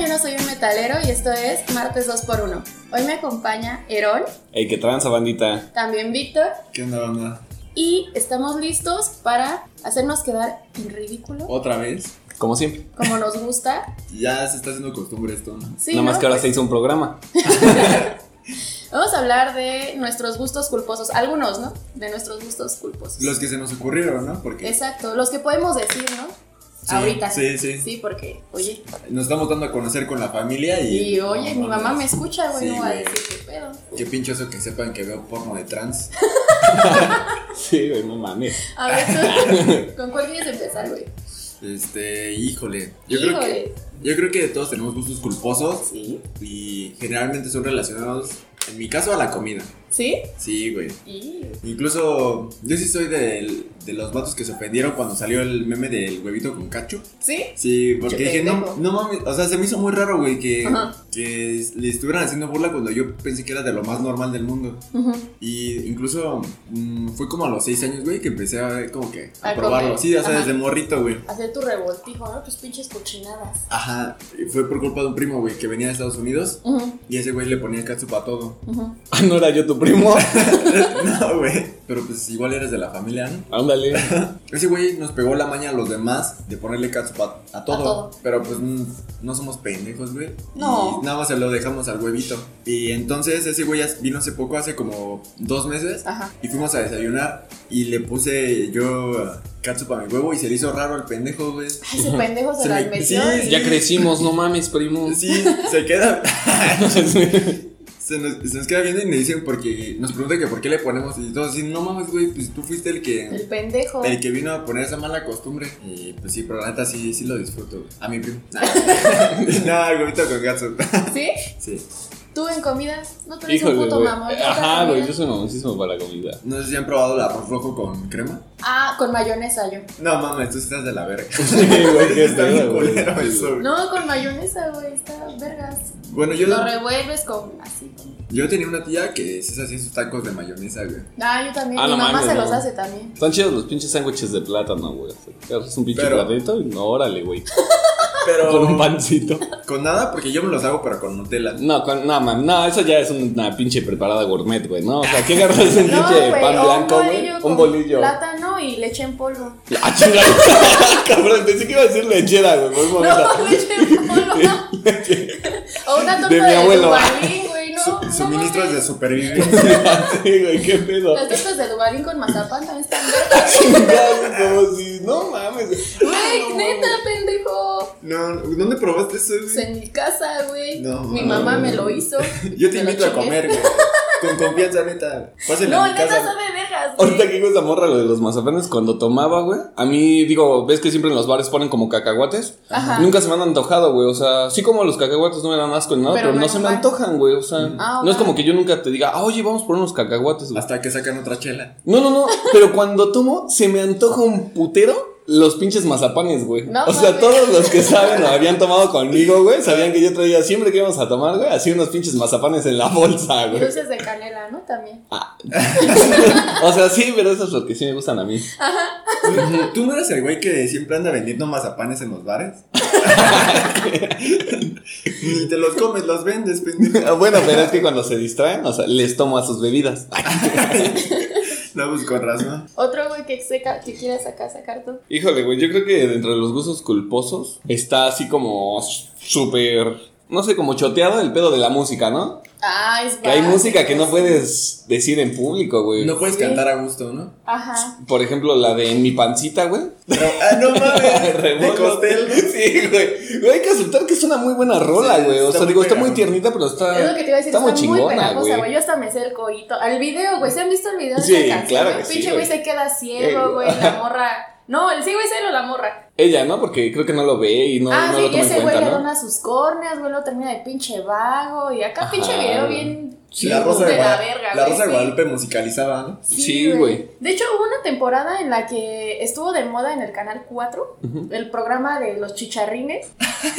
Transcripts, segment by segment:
yo no soy un metalero y esto es Martes 2x1. Hoy me acompaña Herón, Ey, que tranza, bandita. también Víctor, ¿Qué onda, banda? y estamos listos para hacernos quedar en ridículo, ¿Otra vez? Como siempre. como nos gusta. Ya se está haciendo costumbre esto. ¿no? Sí, Nada ¿no? más que ahora se hizo un programa. Vamos a hablar de nuestros gustos culposos, algunos, ¿no? De nuestros gustos culposos. Los que se nos ocurrieron, ¿no? Porque Exacto, los que podemos decir, ¿no? Sí, Ahorita. sí, sí. Sí, porque, oye, nos estamos dando a conocer con la familia y... y oye, No, mi mamá me mames. escucha, güey, Sí, no va a güey. decir qué pedo. Qué pinche eso que sepan que veo porno de trans. Sí, güey, no mames. A ver, tú, ¿con cuál quieres empezar, güey? Este, híjole. Yo creo Híjole. que... Yo creo que todos tenemos gustos culposos Sí. y generalmente son relacionados, en mi caso, a la comida. ¿Sí? Sí, güey. Y... Incluso yo sí soy del- de los vatos que se ofendieron cuando salió el meme del huevito con cacho. ¿Sí? Sí, porque Che, dije, no, pendejo. no mames, o sea, se me hizo muy raro, güey, que, Ajá. que le estuvieran haciendo burla cuando yo pensé que era de lo más normal del mundo. Ujú. Y incluso mm, fue como a los seis años, güey, que empecé a ver como que a, A probarlo. comer. Sí, o sea, Ajá. desde morrito, güey. Hacer tu revoltijo, ¿no? Tus pinches cochinadas. Ajá, y fue por culpa de un primo, güey, que venía de Estados Unidos Ujú, y ese güey le ponía catsup a todo. ujú. Ah, no era yo tu primo. no, güey. Pero pues igual eres de la familia, ¿no? Ándale. Ese güey nos pegó la maña a los demás de ponerle catsup a, a todo. A todo. Pero pues mm, no somos pendejos, güey. No. Y nada más se lo dejamos al huevito. Y entonces ese güey as- vino hace poco, hace como dos meses. Pues, Ajá. Y fuimos a desayunar y le puse yo eh, catsup a mi huevo y se le hizo raro al pendejo, güey. Ay, ese pendejo se Se las me- metió. sí, y- Ya crecimos, no mames, primo. Sí, se queda. Se nos, se nos queda viendo y me dicen porque nos pregunta que por qué le ponemos y todos así, no mames, güey, pues tú fuiste el que... El pendejo. El que vino a poner esa mala costumbre. Y pues sí, pero la neta sí, sí lo disfruto. güey. A mi primo. Nah. no, el huevito con gato. ¿Sí? sí. Tú en comida. No tú eres un Híjole, puto güey. mamón. ¿no? Ajá, Para güey, comida. yo soy mamoncísimo para la comida. No sé si han probado el arroz rojo con crema. Ah, con mayonesa yo. No mames, tú sí estás de la verga. Sí, güey, qué Está bien pedo, güey. culero eso, güey. No, con mayonesa, güey. Está vergas. Bueno, yo, Lo revuelves con así. con- yo tenía una tía que sí se hacía sus tacos de mayonesa, güey. Ah, yo también. Ah, Mi no mamá mames, se no. los hace también. Están chidos los pinches sándwiches de plátano, güey. Es un pinche Pero- platito y no, órale, güey. Pero Con un pancito. con nada, porque yo me los hago, pero con Nutella. No, con, no, man, no, eso ya es una pinche preparada gourmet, güey, ¿no? O sea, ¿qué agarras un No, pinche güey. pan o blanco, un güey? bolillo. Un con bolillo. Plátano y leche en polvo. Ah, chinga. Cabrón, pensé que iba a decir lechera, güey, por un momento. No, leche en polvo. o una torta De de, mi abuelo. Dubalín, güey. No, no Suministros mames. de supervivencia. Sí, güey, qué pedo. Las tortas de Dubalín con mazapán también están vergas. Chingado, como si, no mames. Güey, neta, pendejo. No, ¿dónde probaste eso, Pues güey? En mi casa, güey. No, mi no, mamá no, me no. lo hizo. Yo te Me lo invito a chingué. comer, güey. Con confianza, neta. Pásenle No, a mi neta casa. sabe vergas, güey. Ahorita que digo esa morra, lo de los mazapanes, cuando tomaba, güey. A mí, digo, ves que siempre en los bares ponen como cacahuates. Ajá. Nunca se me han antojado, güey. O sea, sí como los cacahuates no me dan asco ni nada, Pero pero, no menos se me mal. antojan, güey. O sea, Ah, no es como vale. que yo nunca te diga, ah, oye, vamos por unos cacahuates, güey. Hasta que sacan otra chela. No, no, no, pero cuando tomo, se me antoja un putero los pinches mazapanes, güey. No o sea, mames. todos los que saben o habían tomado conmigo, güey, sabían que yo traía siempre que íbamos a tomar, güey, así unos pinches mazapanes en la bolsa, Y güey. dulces de canela, ¿no? También. O sea, sí, pero eso es lo que sí me gustan a mí. ¿Tú no eres el güey que siempre anda vendiendo mazapanes en los bares? Ni te los comes, los vendes, pendejo. Ah, Bueno, pero es que cuando se distraen, o sea, les tomo a sus bebidas. No, pues con razón. Otro, güey, que, seca- que quieras acá sacar tú. Híjole, güey, yo creo que dentro de los gustos culposos está así como súper, no sé, como choteado el pedo de la música, ¿no? Ah, es Que hay básico. música que no puedes decir en público, güey. No puedes Sí. cantar a gusto, ¿no? Ajá. Por ejemplo, la de En mi pancita, güey. Pero, ah, no mames. de Rebolo. costel. Sí, güey. Güey, hay que aceptar que es una muy buena rola, Sí, güey. O está sea, muy digo, está muy pegajosa. tiernita, pero está. Es lo que te iba a decir. Ah, Está muy chingona, pegajosa, güey. güey. Yo hasta me sé el coito. Al video, güey. ¿Se han visto el video de Sí, esa canción? claro El que sí, pinche güey güey. se queda Eh, ciego, güey. La morra. No, el sí, güey, cero, la morra. Ella, ¿no? Porque creo que no lo ve y no, ah, no sí, lo y toma en ese güey cuenta, le ¿no? dona sus córneas, güey. Lo termina de pinche vago. Y acá, pinche Ajá, video güey. bien. Sí, la rosa de de, la Guadalupe- verga, la güey, Rosa de sí. Guadalupe musicalizaba, ¿no? Sí, güey. De hecho, hubo una temporada en la que estuvo de moda en el Canal 4 el programa de los chicharrines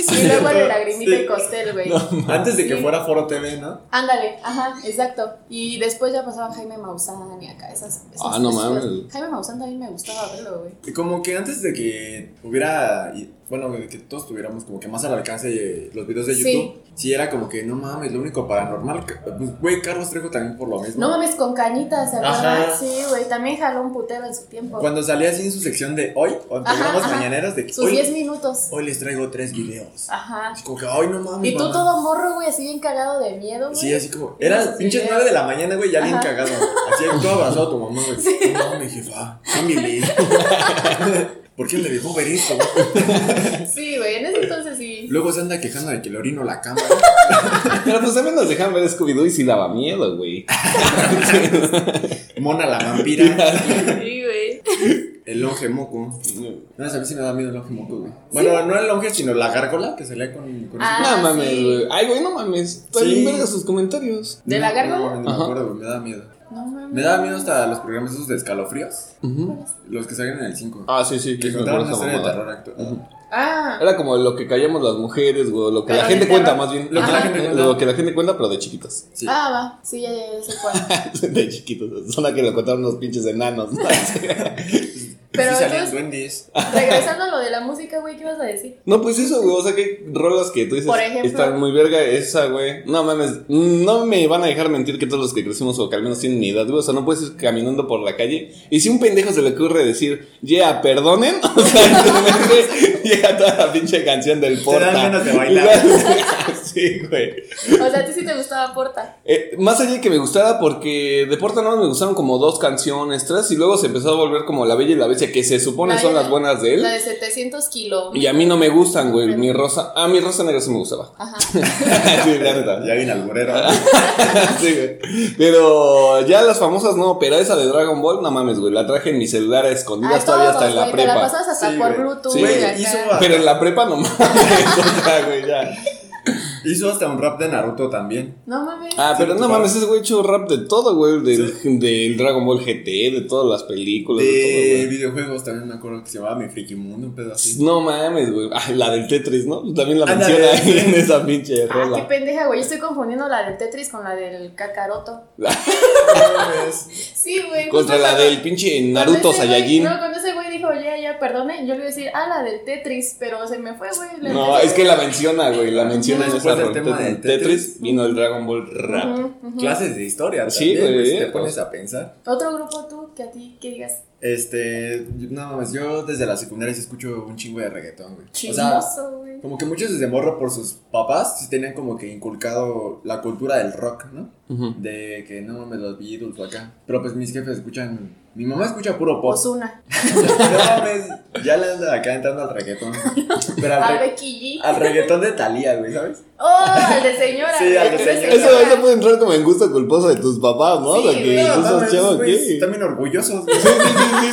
y luego el de Lagrimita Sí. y Costel, güey. Antes de que Sí. fuera Foro TV, ¿no? Ándale, ajá, exacto. Y después ya pasaban Jaime Maussan y acá esas. esas Ah, no cosas. mames. Jaime Maussan también me gustaba verlo, güey. Como que antes de que hubiera, y- bueno, que todos tuviéramos como que más al alcance eh, los videos de Sí. YouTube, sí, era como que no mames, lo único paranormal, que- pues, güey, Carlos Trejo también por lo mismo. No mames, con cañitas, ¿se acuerdan? Ajá. Sí, güey, también jaló un putero en su tiempo. Cuando salía así en su sección de hoy, o en Ajá, programas ajá. mañaneros, de que Sus hoy, 10 minutos. hoy les traigo tres videos. Ajá. Es como que, ay, no mames. Y tú mamá". todo morro, güey, así bien cagado de miedo, güey. Sí, así como, era Unos pinches videos. 9 de la mañana, güey, ya bien Ajá. cagado. Así, todo abrazado a tu mamá, güey. Sí. No mames, jefa, cámbiale. ¿Por qué le dejó ver esto? Sí, güey, en ese entonces sí. Luego se anda quejando de que le orino la cama. Pero pues también nos dejaban ver Scooby-Doo y sí daba miedo, güey. Mona la vampira, Sí, güey. el longe moco. No, a mí sí me da miedo el longe moco, güey. Bueno, no el longe, sino la gárgola que salía con... con Ah, no mames, sí. güey. Ay, güey, no mames. Está Sí. bien verga sus comentarios. ¿De la gárgola? No, no, Ajá. me acuerdo, güey, me da miedo. No mames. Me daba miedo hasta los programas esos de escalofríos, Ujú. los que salían en el 5. Ah, sí, sí. que es contaban una esa historia de mamada. terror actual. Ah, Era como lo que callamos las mujeres, güey. Lo que Pero la gente de cuenta, terror. más bien. Lo que la Ajá. gente cuenta. Lo que la gente cuenta, pero de chiquitas. Sí. ah, va. Sí, ya, ya, ya sé cuál. de chiquitos. Son las que lo contaron unos pinches enanos. ¿no? Pero sí salían entonces- duendes. Regresando a lo de la música, güey, ¿qué ibas a decir? No, pues eso, güey. O sea, que rolas que tú dices Por ejemplo. están muy verga. Esa, güey. No mames. No me van a dejar mentir que todos los que crecimos o que al menos tienen mi edad, güey. O sea, no puedes ir caminando por la calle. Y si un pendejo se le ocurre decir, yeah, perdonen. O sea, güey, llega toda la pinche canción del Te dan porta. ganas de bailar. sí, güey. O sea, a ti sí te gustaba Porta. Eh, más allá de que me gustara, porque de Porta nada más me gustaron como dos canciones, tres, y luego se empezó a volver como La Bella y la Bestia, que se supone La son de- las buenas de él. La de 700 kilos. ¿Eh? Y a mí no me gustan, güey. Mi rosa. Ah, mi rosa negra sí me gustaba. Ajá. sí, la neta. Ya vine alburero. Sí, güey. Pero ya las famosas no, pero esa de Dragon Ball, no mames, güey. La traje en mi celular a escondidas A todavía Ah, hasta todos, en la güey, Te la prepa. pasas hasta Sí, por güey. Bluetooth. Sí, güey, güey, acá. hizo a- Pero en la prepa no mames. o sea, güey, ya. Hizo hasta un rap de Naruto también. No mames. Ah, pero no mames, ese güey hecho rap de todo, güey. Del, del Dragon Ball GT, de todas las películas, de, todo, güey. De videojuegos también me acuerdo que se llamaba Mi Friki Mundo, un pedo así. No mames, güey. Ah, la del Tetris, ¿no? También la Ándale, menciona ahí sí. en esa pinche Ah, qué rola. pendeja, güey. Yo estoy confundiendo la del Tetris con la del Kakaroto. Sí, güey. Contra justo la cuando- del pinche cuando Naruto ese güey- Saiyajin. No, cuando ese güey dijo, ya, ya, perdone, yo le iba a decir, ah, la del Tetris, pero se me fue, güey. la No, del es que la menciona, güey. La menciona en esa Después del rola. tema Tetris, del Tetris. vino el Dragon Ball Tetris. Rap. Ujú, ujú. Clases de historia. Sí, también, güey. pues. Si te pones a pensar. Otro grupo tú, que a ti, que digas, Este, no mames, yo desde la secundaria sí escucho un chingo de reggaetón, güey. O sea, chismoso, güey. como que muchos desde morro por sus papás sí tenían como que inculcado la cultura del rock, ¿no? Ujú. De que no mames, los Beatles o acá. Pero pues mis jefes escuchan. Mi mamá escucha puro pop. Ozuna. No mames, ya le anda acá entrando al reggaetón. Pero al, A re- Becky G. al reggaetón de Talía, güey, ¿sabes? Oh, al de señora. Sí, al güey, de tú eres señora. Eso, eso puede entrar como en gusto culposo de tus papás, ¿no? Sí, de que güey, tú No, sos mames, chavo güey, aquí. Están bien orgullosos. güey.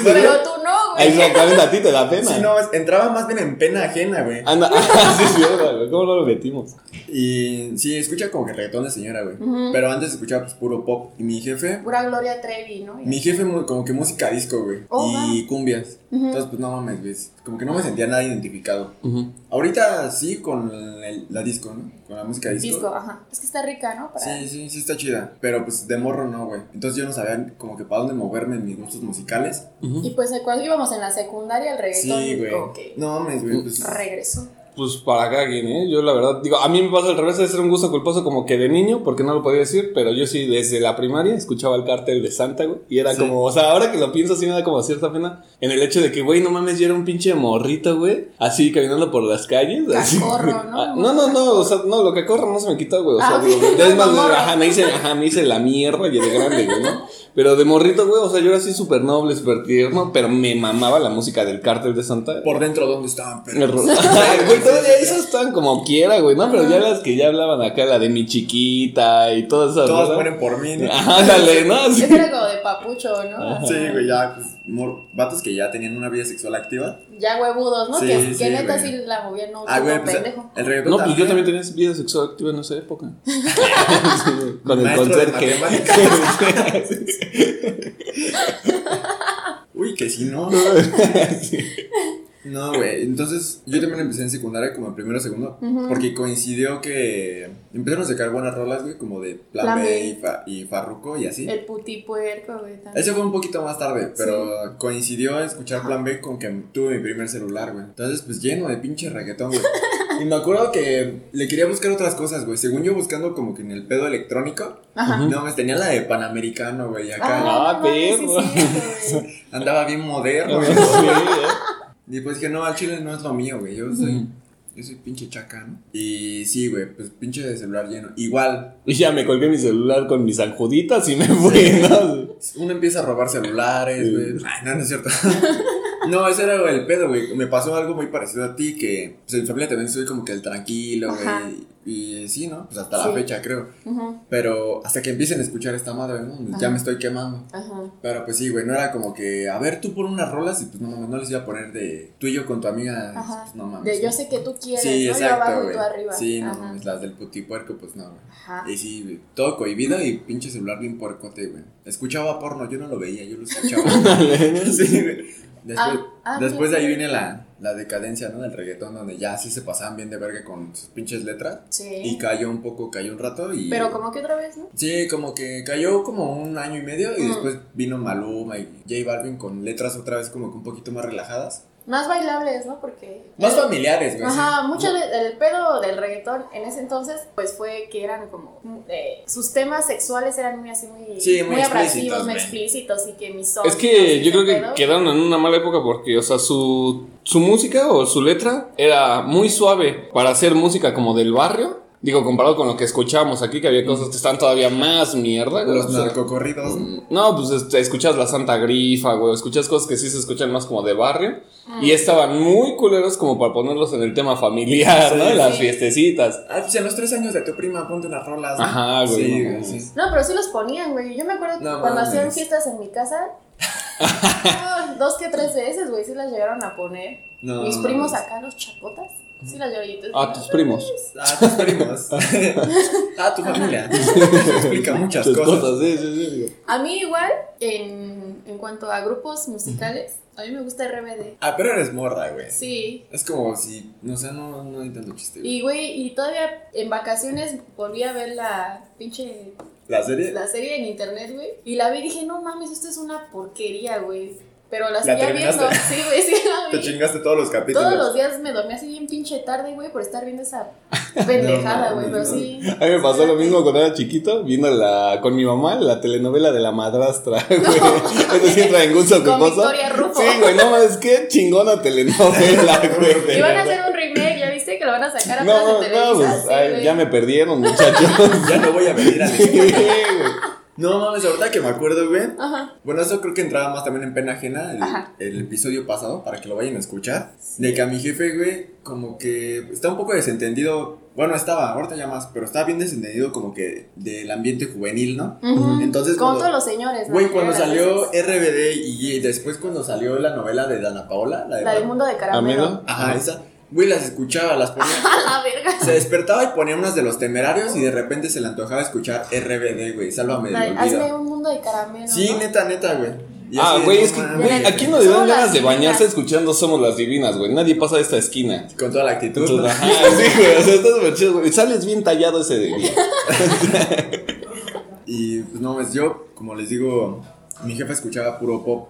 Pero tú no, güey. Exactamente, a ti te da pena. Sí, no, es- entraba más bien en pena ajena, güey. Anda, ah, sí, sí, güey. ¿Cómo no lo metimos? Y sí, escucha como que reggaetón de señora, güey. Ujú. Pero antes escuchaba pues puro pop. Y mi jefe, Pura Gloria Trevi, ¿no? mi jefe mu- como que música disco, güey. Oh, y cumbias. Ujú. Entonces, pues no mames, güey. Como que no me sentía nada identificado. Ujú. Ahorita sí con el- la disco, ¿no? Con la música Disco, ajá. Es que está rica, ¿no? Para- Sí, sí, sí está chida. Pero pues de morro no, güey. Entonces yo no sabía como que para dónde moverme en mis gustos musicales. Y pues cuando íbamos en la secundaria, el reggaetón Sí, güey. como que No mames, güey. Pues, regresó. Pues para cada quien, ¿eh? Yo la verdad, digo, a mí me pasa al revés, es un gusto culposo como que de niño, porque no lo podía decir, pero yo sí desde la primaria escuchaba el cártel de Santa, güey, y era Sí. como, o sea, ahora que lo pienso sí me da como cierta pena en el hecho de que, güey, no mames, yo era un pinche morrito, güey, así caminando por las calles. así. Cacorro, ¿no? Ah, no, no, no, o sea, no, lo que corro no se me quita, güey, o sea, Ah, digo, ok. es más, Morro. ajá, me hice, ajá, me hice la mierda y de grande, güey, ¿no? Pero de morrito, güey, o sea, yo era así súper noble, súper tierno, pero me mamaba la música del cártel de Santa. por dentro, ¿dónde estaban? perro? Me ro- Ay, güey, todavía esas estaban como quiera, güey, ¿no? Pero ya las que ya hablaban acá, la de mi chiquita y todas esas. Todos ¿no? mueren por mí. ¿no? Ajá, Ándale, ¿no? Sí. Ese era como de papucho, ¿no? Ajá. Sí, güey, ya. Pues, mor- vatos que ya tenían una vida sexual activa. Ya huevudos, ¿no? Sí, que sí, que neta güey. sí la movían no Ah, güey, como pues pendejo. el reggaetón. No, pues yo también tenía vida sexual activa en esa época. Sí, güey, Con el Maestro de conserje. matemáticas. Uy, que si no. Sí. No, güey. Entonces, yo también empecé en secundaria como en primero o segundo. Ujú. Porque coincidió que empezaron a sacar buenas rolas, güey, como de Plan, Plan B, B. y, Fa- y Farruko eh, y así. El puti puerco, güey. también. Eso fue un poquito más tarde, pero coincidió escuchar Plan B con que tuve mi primer celular, güey. Entonces, pues lleno de pinche reggaetón, güey. Y me acuerdo que le quería buscar otras cosas, güey. Según yo buscando como que en el pedo electrónico. Ajá. No, me tenía la de Panamericano, güey. y Acá Ah, Ah, mames, sí, perro. sí, güey. andaba bien moderno. Sí, güey. ¿eh? Y pues dije, no, al chile no es lo mío, güey. Yo soy, yo soy pinche chaca, ¿no? Y sí, güey, pues pinche de celular lleno. Igual, Y ya me colgué mi celular con mis anjuditas y me fui, ¿no? uno empieza a robar celulares, Sí. güey. Ay, no, no es cierto. no, ese era el pedo, güey. Me pasó algo muy parecido a ti, que pues en familia también soy como que el tranquilo, Ajá. güey. Y sí, ¿no? Pues hasta la Sí. fecha, creo. Ujú, Pero hasta que empiecen a escuchar esta madre, ¿no? Pues, Ya Ajá. me estoy quemando. Ajá. Pero pues sí, güey, no era como que, a ver, tú pon unas rolas y pues no mames, no les iba a poner de tú y yo con tu amiga. Ajá. Pues, no mames. De yo ¿no? sé que tú quieres, Sí, ¿no? yo exacto, abajo y güey. tú arriba. Sí, no, Ajá. mames, las del putipuerco, pues no, güey. Ajá. Y sí, güey, todo cohibido y pinche celular bien puercote, güey. Escuchaba porno, yo no lo veía, yo lo escuchaba. sí, güey. Después, Ah, ah, después de ahí sí. viene la, la decadencia, ¿no? Del reggaetón, donde ya sí se pasaban bien de verga con sus pinches letras. Y Sí. cayó un poco, cayó un rato y... Pero como que otra vez, ¿no? Sí, como que cayó como un año y medio y Mm. después vino Maluma y J Balvin con letras otra vez como que un poquito más relajadas. Más bailables, ¿no? Porque. Más familiares, güey. sí. Ajá, mucho de- del pedo del reggaetón en ese entonces, pues fue que eran como. eh, sus temas sexuales eran muy así, muy, Sí, muy abrasivos, explícitos, muy güey. explícitos y que mis Es que yo creo que quedaron en una mala época porque, o sea, su, su música o su letra era muy suave para hacer música como del barrio. Digo, comparado con lo que escuchábamos aquí, que había cosas que están todavía más mierda. güey. Los O sea, narcocorridos. ¿no? No, pues este, escuchas la Santa Grifa, güey, escuchas cosas que sí se escuchan más como de barrio. Ah. Y estaban muy culeros como para ponerlos en el tema familiar, Sí, ¿no? En Las sí. fiestecitas. Ah, pues en los tres años de tu prima, ponte unas rolas. ¿no? Ajá, güey, Sí, no güey, mames. sí. No, pero sí los ponían, güey. Yo me acuerdo que No cuando mames. hacían fiestas en mi casa. ah, dos que tres veces, güey, sí las llegaron a poner. No, Mis no, primos no. acá, los chacotas. Sí las lloritas. Ah, tus primos. Ah, tus primos. ah, tu familia. Eso explica muchas Tus cosas. sí, sí, sí, digo. A mí igual, en, en cuanto a grupos musicales, a mí me gusta RBD. Ah, pero eres morra, güey. Sí, Es como si, no sé, no, no hay tanto chiste. güey. Y güey, y todavía en vacaciones volví a ver la pinche La serie, la, la serie en internet, güey. Y la vi y dije, no mames, esto es una porquería, güey. Pero la ¿La seguía terminaste? viendo. Sí, güey, sí la te vi. chingaste todos los capítulos. Todos los días me dormí así bien pinche tarde, güey, por estar viendo esa pendejada, No güey. mames, pero no. sí. A mí me pasó lo mismo cuando era chiquito, viendo la, con mi mamá la telenovela de la madrastra, güey. Eso sí entra en gusto Con culposo. Victoria Rufo. Sí, güey, no mames, qué chingona telenovela, güey. de Y van a verdad. hacer un remake, ¿ya viste? Que lo van a sacar atrás No, de no, Televisa. pues sí, ay, güey. ya me perdieron, muchachos. Ya no voy a venir a la Sí, escuela. güey. No mames, ahorita que me acuerdo, güey. Ajá. Bueno, eso creo que entraba más también en pena ajena el, Ajá. el episodio pasado, para que lo vayan a escuchar. De que a mi jefe, güey, como que está un poco desentendido. Bueno, estaba, ahorita ya más, pero estaba bien desentendido como que del ambiente juvenil, ¿no? Ujú. Entonces, Como cuando- todos los señores, ¿no? Güey, cuando Las salió veces. RBD y, y después cuando salió la novela de Dana Paola, la de... La del mundo de caramelo. Amigo. Ajá, esa. Güey, las escuchaba, las ponía. A la verga. Se despertaba y ponía unas de los temerarios y de repente se le antojaba escuchar RBD, güey. Sálvame La de, del hazme olvido. un mundo de caramelo. Sí, ¿no? neta, neta, güey. Y así Ah, de, güey, no es que mames. güey, aquí no le dan Somos las ganas de bañarse divinas. escuchando Somos las Divinas, güey. Nadie pasa a esta esquina. Con toda la actitud. Entonces, ¿no? ajá, sí, güey, o sea, estás súper chido, güey. Sales bien tallado ese día. Y pues no, pues yo, como les digo, mi jefa escuchaba puro pop.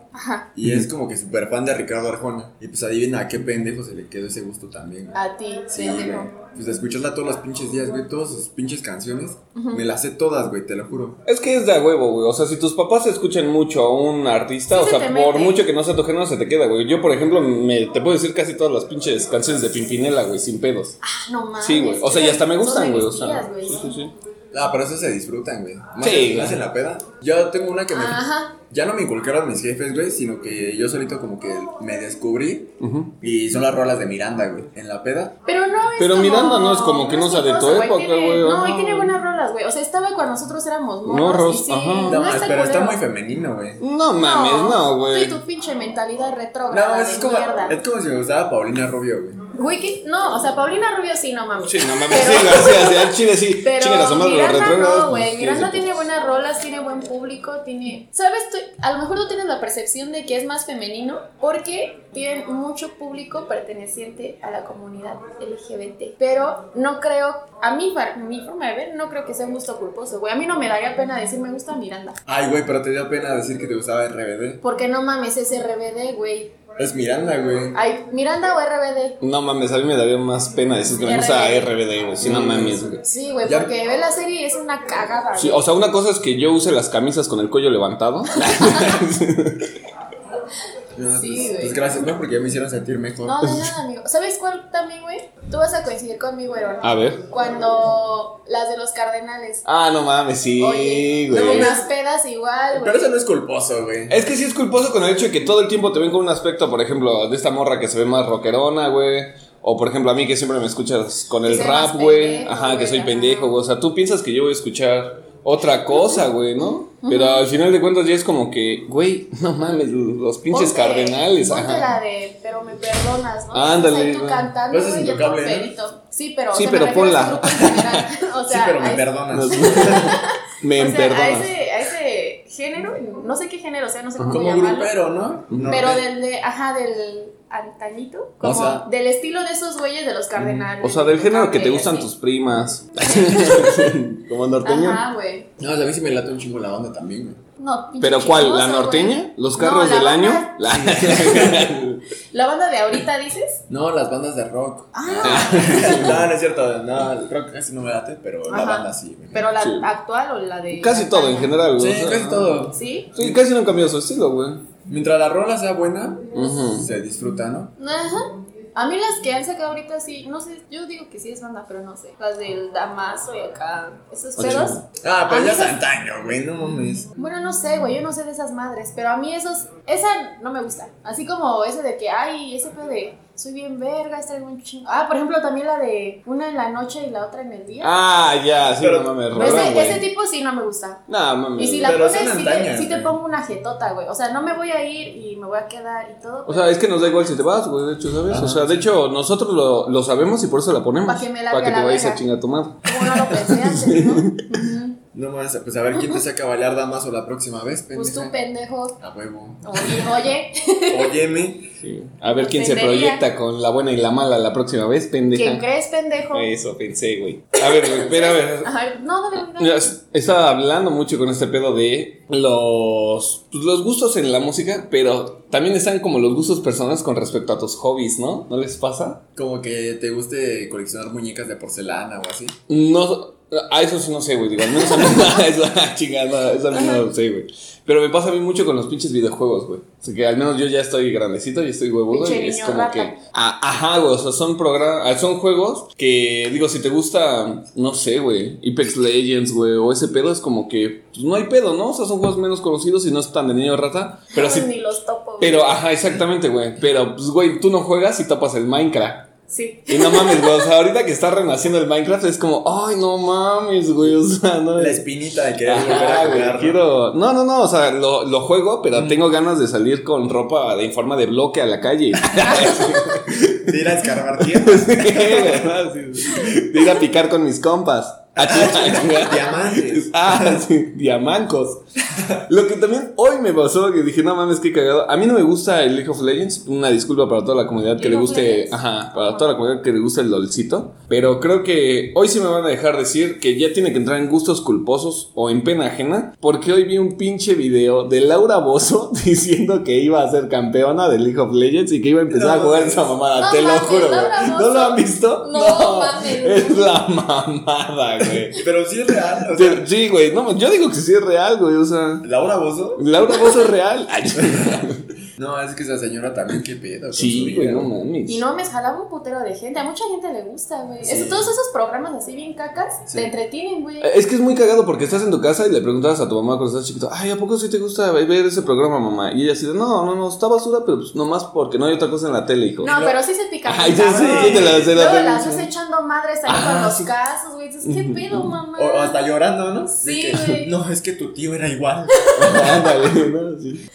Y es como que súper fan de Ricardo Arjona. Y pues adivina a qué pendejo se le quedó ese gusto también. güey. A ti, Ah, Sí, te güey. digo. Pues de escucharla todos los pinches días, güey. Todas sus pinches canciones. Me las sé todas, güey, te lo juro. Es que es de a huevo, güey. O sea, si tus papás escuchan mucho a un artista, Sí o se sea, te por mete. mucho que no sea tu género, se te queda, güey. Yo, por ejemplo, me, te puedo decir casi todas las pinches canciones de Pimpinela, güey, sin pedos. Ah, no mames. Sí, güey. O sea, y hasta me Son gustan, de güey. mis O sea, tías, güey. sí, sí, sí. Ah, pero eso se disfrutan, güey. Más, Sí, más güey. en la peda. Yo tengo una que me. Ajá. Ya no me inculcaron mis jefes, güey, sino que yo solito como que me descubrí. Ujú. Y son las rolas de Miranda, güey. En la peda. Pero no es Pero como- Miranda no es como que no sea de cosa, tu época, tiene- güey, No, y ajá. tiene buenas rolas, güey. O sea, estaba cuando nosotros éramos Morros, morros. y sí, ajá. no No, está pero está culero. muy femenino, güey. No mames, no, güey. Tú y tu pinche mentalidad retrógrada No, de es como, mierda. es como si me gustaba Paulina Rubio, güey. Güey, ¿qué? No, o sea, Paulina Rubio sí, no mames. Sí, no mames, sí, gracias. Ya, chile, sí. Pero Chinga la suma de los Miranda retrógrados, no, pues, güey. sí, Miranda sí. tiene buenas rolas, tiene buen público, tiene... ¿Sabes? Tú- a lo mejor tú tienes la percepción de que es más femenino porque tienen mucho público perteneciente a la comunidad LGBT. Pero no creo, a mí, para mi forma de ver, no creo que sea un gusto culposo, güey. A mí no me daría pena decir me gusta Miranda. Ay, güey, pero te dio pena decir que te gustaba RBD. Porque no mames, es RBD, güey. Es Miranda, güey. Ay, Miranda o RBD. No mames, a mí me daría más pena decir que me gusta RBD. RBD, güey. Si no Mm. mames, güey. Sí, güey, Ya- porque ve la serie y es una cagada. Sí, güey. o sea, una cosa es que yo use las camisas con el cuello levantado. No, Sí, pues, güey. pues gracias, ¿no? Porque ya me hicieron sentir mejor. No, pues, de nada, amigo. ¿Sabes cuál también, güey? Tú vas a coincidir conmigo, hermano. A ver. Cuando las de los cardenales. Ah, no mames, sí, Oye, güey. unas pedas igual, Pero güey. eso no es culposo, güey. Es que sí es culposo con el hecho de que todo el tiempo te ven con un aspecto, por ejemplo, de esta morra que se ve más rockerona, güey. O por ejemplo, a mí que siempre me escuchas con Que el se ve rap, más güey. pendejo, Ajá, que güey, soy ajá. pendejo, güey. O sea, tú piensas que yo voy a escuchar otra cosa, güey, ¿no? Pero al final de cuentas ya es como que, güey, no mames, los pinches Ponte- cardenales, ponte la ajá. de, pero me perdonas, ¿no? Ándale, Estás ahí tú güey. cantando Pero eso es güey, y el intocable, ¿no? trompetito. Sí, pero. Sí, o sea, me pero refiero a ponla. ese grupo en general. O Sí, sea, pero me a ese- perdonas. Me o sea, a perdonas. ese, a ese género, no sé qué género, o sea, no sé cómo Como llamarlo. grupero, ¿no? No, Pero güey. del de, ajá, del antañito, como sea- del estilo de esos güeyes de los cardenales. mm, O sea, del género que te Café, gustan así. tus primas. Como norteño. Ajá, güey. No, o sea, a mí sí me late un chingo la onda también, güey. No, pinche ¿Pero cuál? ¿La chismoso, norteña? güey. ¿Los No, carros la del año? banda- La- ¿La banda de ahorita dices? No, las bandas de rock. Ah, no, no es cierto. No, el rock casi no me late, pero la Ajá. banda sí, güey. pero la Sí. actual o la de. Casi todo en general, Sí, güey. o sea, casi todo. ¿Sí? Sí, casi no han cambiado su estilo, güey. Mientras la rola sea buena, Ujú. se disfruta, ¿no? Ajá. A mí las que han sacado ahorita sí, no sé, yo digo que sí es banda, pero no sé. Las del Damaso y acá, esos Oye. pedos. Ah, A pero ya mí es esas- antaño, güey, no mames. Bueno, no sé, güey, yo no sé de esas madres, pero a mí esos, esa no me gusta. Así como ese de que, ay, ese pedo de, soy bien verga, es un chingo. Ah, por ejemplo, también la de una en la noche y la otra en el día. Ah, ya, sí, Pero- no mames, Pero rola, ese, ese güey. tipo sí no me gusta. No mames. Y si la Pero pones, son sí te, antañas, sí te güey. pongo una jetota, güey. O sea, no me voy a ir y me voy a quedar y todo. O sea, es que nos da igual si te vas, güey, de hecho, ¿sabes? O sea, de hecho, nosotros lo, lo sabemos y por eso la ponemos. Pa' que me largue Para que la te vayas a verga. chingar a tu madre. Como no lo pensé antes, ¿no? Ujú. No mames, pues a ver quién te saca a bailar damaso la próxima vez, Pues tú, pendeja. pendejo. A huevo. Oye, oye, Óyeme. Sí. A ver quién se Pendería. proyecta con la buena y la mala la próxima vez, ¿quién pendeja. crees, pendejo? Eso pensé, güey. A ver, güey, pero a ver. Ay, no, de verdad. Ya s- Estaba hablando mucho con este pedo de los, pues, los gustos en la música, pero también están como los gustos personales con respecto a tus hobbies, ¿no? ¿No les pasa? Como que te guste coleccionar muñecas de porcelana o así. No, a eso sí no sé, güey. Digo, al menos a mí esa chingada, esa mí no lo sé, güey. Pero me pasa a mí mucho con los pinches videojuegos, güey. O sea, que al menos yo ya estoy grandecito y estoy huevudo Pinche y es niño como rata. que... Ah, ajá, güey, o sea, son programas, son juegos que, digo, si te gusta, no sé, güey, Apex Legends, güey, o ese pedo, es como que, pues no hay pedo, ¿no? O sea, son juegos menos conocidos y no es tan de niño rata, pero sí, Ni los topo. güey. pero, ajá, exactamente, güey, pero, pues, güey, tú no juegas y tapas el Minecraft. Sí. Y no mames, güey, o sea, ahorita que está renaciendo el Minecraft es como, ay, no mames, güey, o sea, no La es... espinita de querer volver Ajá, a güey, jugar. ¿no? quiero... No, no, no, o sea, lo, lo juego, pero tengo ganas de salir con ropa de, en forma de bloque a la calle. De ir a escarbar tierras. de ir a picar con mis compas. A chingar. Diamantes. Ah, sí, diamancos. Lo que también hoy me pasó, que dije, no mames, qué cagado. A mí no me gusta el League of Legends. Una disculpa para toda la comunidad que League le of guste. Legends. Ajá, para toda la comunidad que le guste el LOLcito. Pero creo que hoy sí me van a dejar decir que ya tiene que entrar en gustos culposos o en pena ajena. Porque hoy vi un pinche video de Laura Bozo diciendo que iba a ser campeona del League of Legends y que iba a empezar No a jugar mames. esa mamada. No te lo mames, juro, güey. Laura ¿No lo Bozzo. han visto? No mames. Es la mamada, güey. Pero sí es real. O sea, Te- Sí, güey, no, yo digo que sí es real, güey, o sea. Laura Bozo. Laura Bozo es real. Ay, No, es que esa señora también, qué pedo. con su sí, vida, güey, no güey. mames. Y no me jalaba un putero de gente. A mucha gente le gusta, güey. Sí. Eso- Todos esos programas así bien cacas Sí. te entretienen, güey. Eh, Es que es muy cagado porque estás en tu casa y le preguntabas a tu mamá cuando estás chiquito, ay, ¿a poco sí te gusta ver ese programa, mamá? Y ella así de, no, no, no, está basura, pero pues nomás porque no hay otra cosa en la tele, hijo. No, pero sí se pican. Ay, sí, cabrón. sí, sí, te la- te la- Luego las sí. ves echando madres ahí Ah, con los sí. casos, güey. Dices, ¿qué pedo, mamá? O, o hasta llorando, ¿no? De Sí, que, güey. No, es que tu tío era igual. Ándale, ¿no? Sí.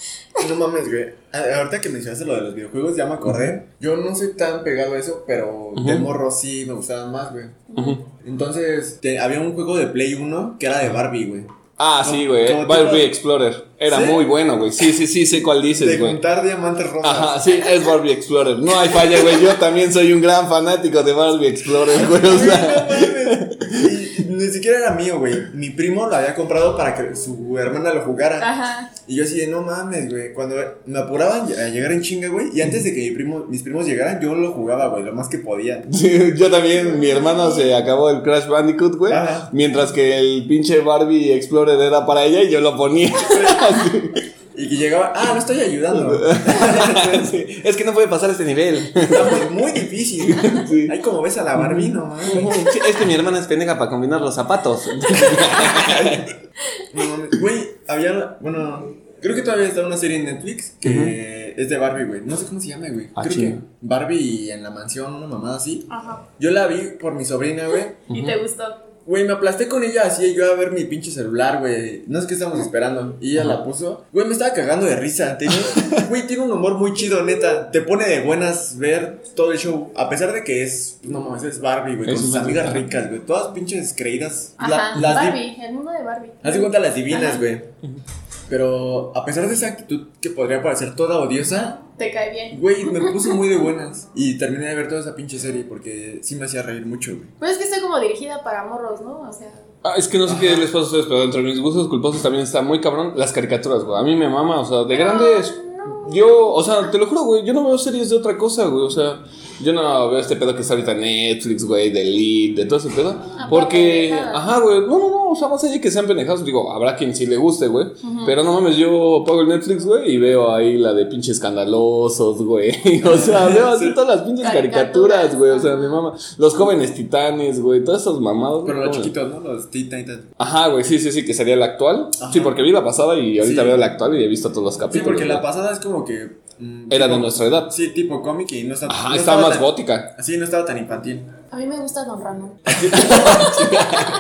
No mames, güey. A- Ahorita que mencionaste lo de los videojuegos, llama a correr. Yo no soy tan pegado a eso, pero de Ujú. morro sí me gustaban más, güey. Ujú. Entonces, te- había un juego de Play 1 que era de Barbie, güey. Ah, sí, güey. como Barbie tipo- Explorer. Era ¿Sí? muy bueno, güey. Sí, sí, sí, sé cuál De dices, güey. juntar diamantes rosas. Ajá, sí, es Barbie Explorer. No hay falla, güey. Yo también soy un gran fanático de Barbie Explorer, güey. O Güey, no sea, mames. Y ni siquiera era mío, güey. Mi primo lo había comprado para que su hermana lo jugara. Ajá. Y yo así de, no mames, güey. Cuando me apuraban a llegar en chinga, güey. Y antes de que mi primo, mis primos llegaran, yo lo jugaba, güey, lo más que podía. sí, yo también, mi hermano se acabó el Crash Bandicoot, güey. Ajá. Mientras que el pinche Barbie Explorer era para ella y yo lo ponía. Así. Y que llegaba, ah, no estoy ayudando. Sí, Es que no puede pasar este nivel. Está muy, muy difícil. Sí. Ay, como ves a la Barbie, no mames. Sí, Es que mi hermana es pendeja para combinar los zapatos. No mames. Güey, había, bueno, creo que todavía está una serie en Netflix que es de Barbie, güey. No sé cómo se llama, güey. Ah, creo chido. que Barbie en la mansión, una mamada así. Ajá. Yo la vi por mi sobrina, güey. Y te gustó. Güey, me aplasté con ella así, yo a ver mi pinche celular, güey. No sé qué estábamos esperando. Y ella la puso. Güey, me estaba cagando de risa. Tenía- Güey, tiene un humor muy chido, neta. Te pone de buenas ver todo el show. A pesar de que es, no mames, es Barbie, güey. Con Es sus una- amigas ricas, güey. Todas pinches creídas. Ajá. La- las di- Barbie, el mundo de Barbie. Haz de cuenta las divinas, Ajá. güey. Pero a pesar de esa actitud que podría parecer toda odiosa, Te cae bien. güey, me puso muy de buenas. Y terminé de ver toda esa pinche serie porque sí me hacía reír mucho, güey. Pero Pues es que está como dirigida para morros, ¿no? O sea. Ah, es que no sé qué les pasa a ustedes, pero entre mis gustos culposos también está muy cabrón las caricaturas, güey. A mí me mama, o sea, de grandes. Yo, o sea, te lo juro, güey, yo no veo series de otra cosa, güey. O sea, yo no veo este pedo que está ahorita en Netflix, güey, de Elite, de todo ese pedo. Porque, pendejadas. ajá, güey, no, no, no, o sea, más allá de que sean pendejados, digo, habrá quien sí le guste, güey. Pero no mames, yo pago el Netflix, güey, y veo ahí la de pinches escandalosos, güey. O sea, veo así todas las pinches caricaturas, Caricaturas, güey. O sea, mi mamá, los jóvenes titanes, güey, todas esas mamadas. Pero güey, los ¿cómo? chiquitos, ¿no? Los Teen Titans. Ajá, güey, sí, sí, sí, que sería la actual. Ajá. Sí, porque vi la pasada y ahorita Sí. veo la actual y he visto todos los Sí, capítulos. porque la güey. pasada es como que. mm, Era de tipo- nuestra edad. Sí, tipo cómic y no está. Ajá, no está estaba más tan- gótica. Sí, no estaba tan infantil. A mí me gusta Don Ramón.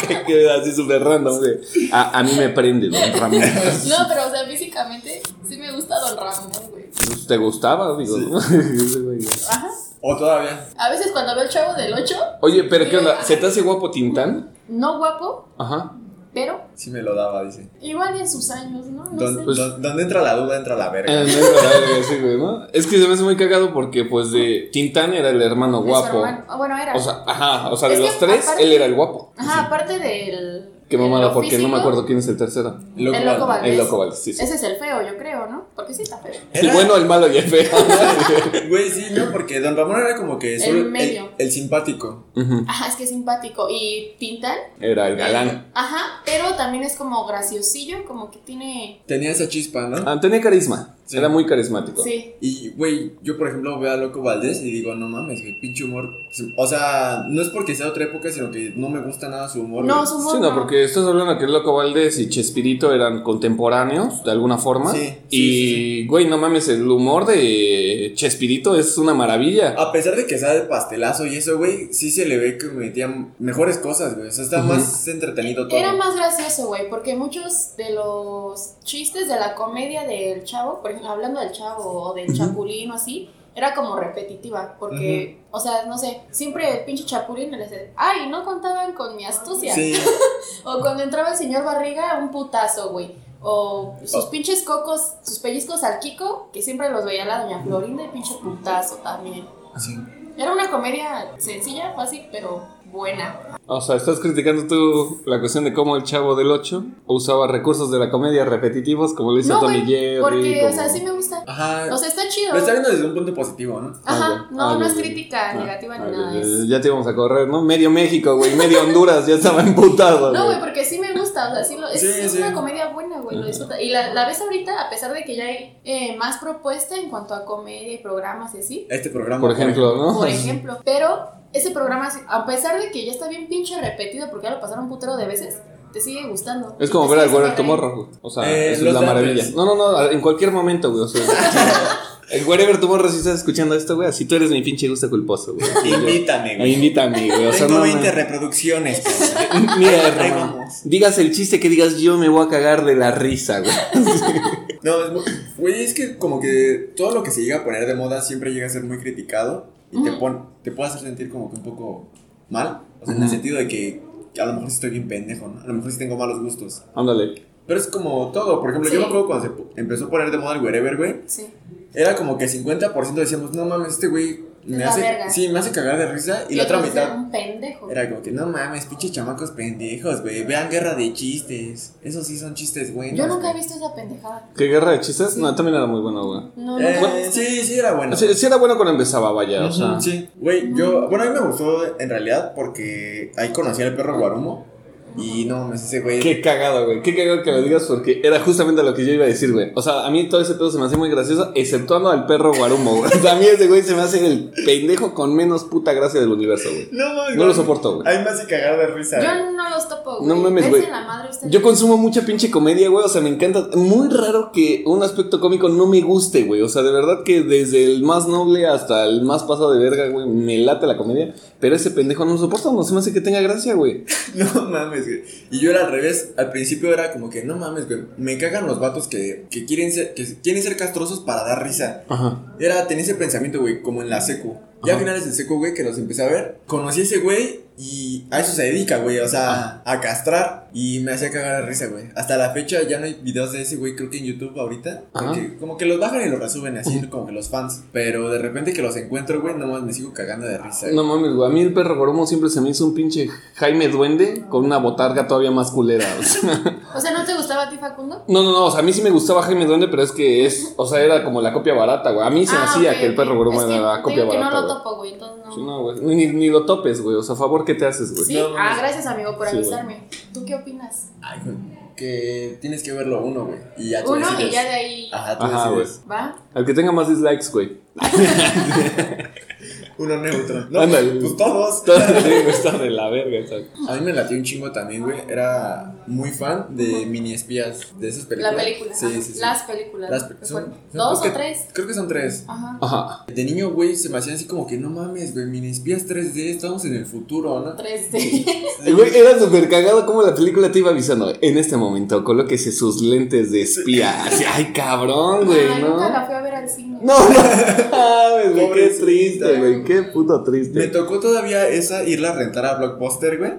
que queda así súper random, güey. A, a mí me prende, don Ramón. No, pero o sea, físicamente sí me gusta Don Ramón, güey. Pues, ¿Te gustaba? Digo, Sí. ¿no? Ese güey. Ajá. O todavía. A veces cuando veo el chavo del 8, Oye, pero ¿qué onda? ¿Se te hace guapo Tintán? no guapo, Ajá. pero Sí me lo daba, dice. igual en sus años, ¿no? No Don- sé. Pues- don- donde entra la duda, entra la Eh, verga. no es verdad, güey, sí, güey, ¿no? Es que se me hace muy cagado porque, pues, de Tintán era el hermano Es guapo. hermano. Ah, Bueno, era. O sea, ajá, o sea, de Es que los tres, aparte- él era el guapo. Ajá, aparte del. Qué de mamada, lo porque no físico, me acuerdo quién es el tercero. Loco el loco Valdés. Valdés. El loco, vale, sí, sí. Ese es el feo, yo creo, ¿no? Porque sí está feo. El bueno, el malo y el feo. Güey, sí, no, porque Don Ramón era como que El solo el, medio. el simpático. Ujú. Ajá, es que es simpático. Y Tintán. Era el galán. Ajá, pero también es como graciosillo, como que tiene. Tenía esa chispa, ¿no? Ah, tenía carisma. Sí. Era muy carismático. Sí. Y, güey, yo por ejemplo veo a Loco Valdés y digo, no mames, güey, pinche humor. O sea, no es porque sea otra época, sino que no me gusta nada su humor. No, güey. su humor Sí, no, no. porque estás hablando que Loco Valdés y Chespirito eran contemporáneos, de alguna forma. Sí, sí, y, güey, no mames, el humor de Chespirito es una maravilla. A pesar de que sea de pastelazo y eso, güey, sí se le ve que metían mejores cosas, güey. O sea, está Ujú. más entretenido todo. Era más gracioso, güey, porque muchos de los chistes de la comedia del chavo, por ejemplo, hablando del chavo o del chapulín o así, era como repetitiva, porque, o sea, no sé, siempre el pinche chapulín le decía, ay, no contaban con mi astucia. Sí, O cuando entraba el señor Barriga, un putazo, güey. O sus Oh. pinches cocos, sus pellizcos al Kiko, que siempre los veía la doña Florinda y pinche putazo también. sí. Era una comedia sencilla, fácil, pero buena. O sea, estás criticando tú la cuestión de cómo el chavo del 8 usaba recursos de la comedia repetitivos, como lo hizo No, Tommy güey, Jerry. Porque, o como- sea, sí me gusta. Ajá. O sea, está chido. Lo está viendo desde un punto positivo, ¿no? Ajá, Ah, no, ah, no ya, es ya, ya. crítica Ah, negativa ah, ni nada. ya, es- ya, ya te íbamos a correr, ¿no? Medio México, güey, medio Honduras ya estaba emputado. No, güey, porque sí me gusta, o sea, sí lo- es, Sí, es sí. una comedia buena, güey, lo Ajá. disfruta. Y la, la ves ahorita, a pesar de que ya hay eh, más propuesta en cuanto a comedia y programas y así, Este programa. Por ejemplo, ¿no? por ejemplo, pero ese programa, a pesar de que ya está bien pinche repetido porque ya lo pasaron un putero de veces, te sigue gustando. Es como Y te ver al sigues Guerrero riendo. Tomorrow, güey. O sea, Eh, eso es los la de maravilla. antes. No, no, no, en cualquier momento, güey. O sea, el Wherever Tomorrow, si estás escuchando esto, güey, así tú eres mi pinche gusto culposo, güey. Así, güey. Invítame, Me güey. invítame, güey. O sea, Tengo no, 20 no. reproducciones. pues. Mira, Ahí Ramón, vamos. digas el chiste que digas, yo me voy a cagar de la risa, güey. No, es muy- güey, es que como que todo lo que se llega a poner de moda siempre llega a ser muy criticado y te, Ujú. pon, te puede hacer sentir como que un poco mal. O sea, en el Ujú. sentido de que a lo mejor sí estoy bien pendejo, ¿no? A lo mejor sí tengo malos gustos. Ándale. Pero es como todo. Por ejemplo, yo Sí. me acuerdo cuando se pu- empezó a poner de moda el wherever, güey. Sí. Era como que 50% decíamos, no mames, este güey me La hace. verga. pues, Sí, me hace cagar de risa. Y la otra otros eran mitad Un pendejo. era como que, no mames, pinches chamacos pendejos, güey. Vean guerra de chistes. Esos sí son chistes buenos. Yo nunca he güey". visto esa pendejada. ¿Qué guerra de chistes? No, también era muy buena, güey. No, Eh, nunca he visto. sí, sí, era bueno. Sí, sí era bueno cuando empezaba, vaya, o sea. Ujú, Sí, güey, yo, bueno, a mí me gustó en realidad porque ahí conocí al perro Guarumo y no mames, ese güey. Qué cagado, güey. Qué cagado que lo digas porque era justamente lo que yo iba a decir, güey. O sea, a mí todo ese pedo se me hace muy gracioso, exceptuando al perro Guarumo, güey. O sea, a mí ese güey se me hace el pendejo con menos puta gracia del universo, güey. No mames, No lo güey. soporto, güey. Ahí me hace cagar de risa. güey. Yo no los topo, güey. No mames, Dense güey. la madre ustedes. Yo consumo mucha pinche comedia, güey. O sea, me encanta. Muy raro que un aspecto cómico no me guste, güey. O sea, de verdad que desde el más noble hasta el más pasado de verga, güey, me late la comedia. Pero ese pendejo no lo soporto, no se me hace que tenga gracia, güey. No mames, güey. Y yo era al revés. Al principio era como que, no mames, güey. Me cagan los vatos que, que quieren ser, que quieren ser castrosos para dar risa. Ajá. Era, tenía ese pensamiento, güey, como en la secu. Ya a Ajá. finales de secu, güey, que los empecé a ver. Conocí a ese güey y a eso se dedica, güey. O sea, a castrar. Y me hacía cagar de risa, güey. Hasta la fecha ya no hay videos de ese güey, creo que en YouTube ahorita. Ajá. Porque como que los bajan y los resuben así, como que los fans. Pero de repente que los encuentro, güey, nomás me sigo cagando de risa. güey. No mames, güey. A mí el perro Guarumo siempre se me hizo un pinche Jaime Duende con una botarga todavía más culera. o sea. O sea, ¿no te gustaba a ti, Facundo? No, no, no, o sea, a mí sí me gustaba Jaime Duende, pero es que es, o sea, era como la copia barata, güey. A mí se me Ah, hacía ok, que el ok. perro Guarumo Es que era la digo copia que barata. no lo güey. topo, güey, entonces no. Sí, no, güey. Ni, ni lo topes, güey. O sea, favor, ¿qué te haces, güey? Sí, No, no, ah, no. gracias amigo por Sí, güey. avisarme. ¿Tú qué opinas? Ay, güey, que tienes que verlo uno, güey. Y Ah, ya tú Uno y decides. ya de ahí Ajá, tú Ajá, decides. va. Al que tenga más dislikes, güey. Uno neutro. No, Ándale. pues todos. Todo el día está de la verga, exacto. A mí me latió un chingo también, güey. Era muy fan de mini espías, de esas películas. La película. Sí, ajá. sí, sí. Las películas. Las pe- ¿Cuál? son- son- ¿Dos creo o que- tres? Creo que son tres. Ajá. Ajá. De niño, güey, se me hacían así como que no mames, güey, mini espías 3D, estamos en el futuro, ¿no? Tres de. Eh, Güey, era súper cagado como la película te iba avisando. En este momento, colóquese sus lentes de espía. Así, Ay, cabrón, güey, Ay, ¿no? Nunca No, la fui a ver al cine. no mames, güey. Qué Pobrecita. triste, güey. Qué puto triste. Me tocó todavía esa irla a rentar a Blockbuster, güey.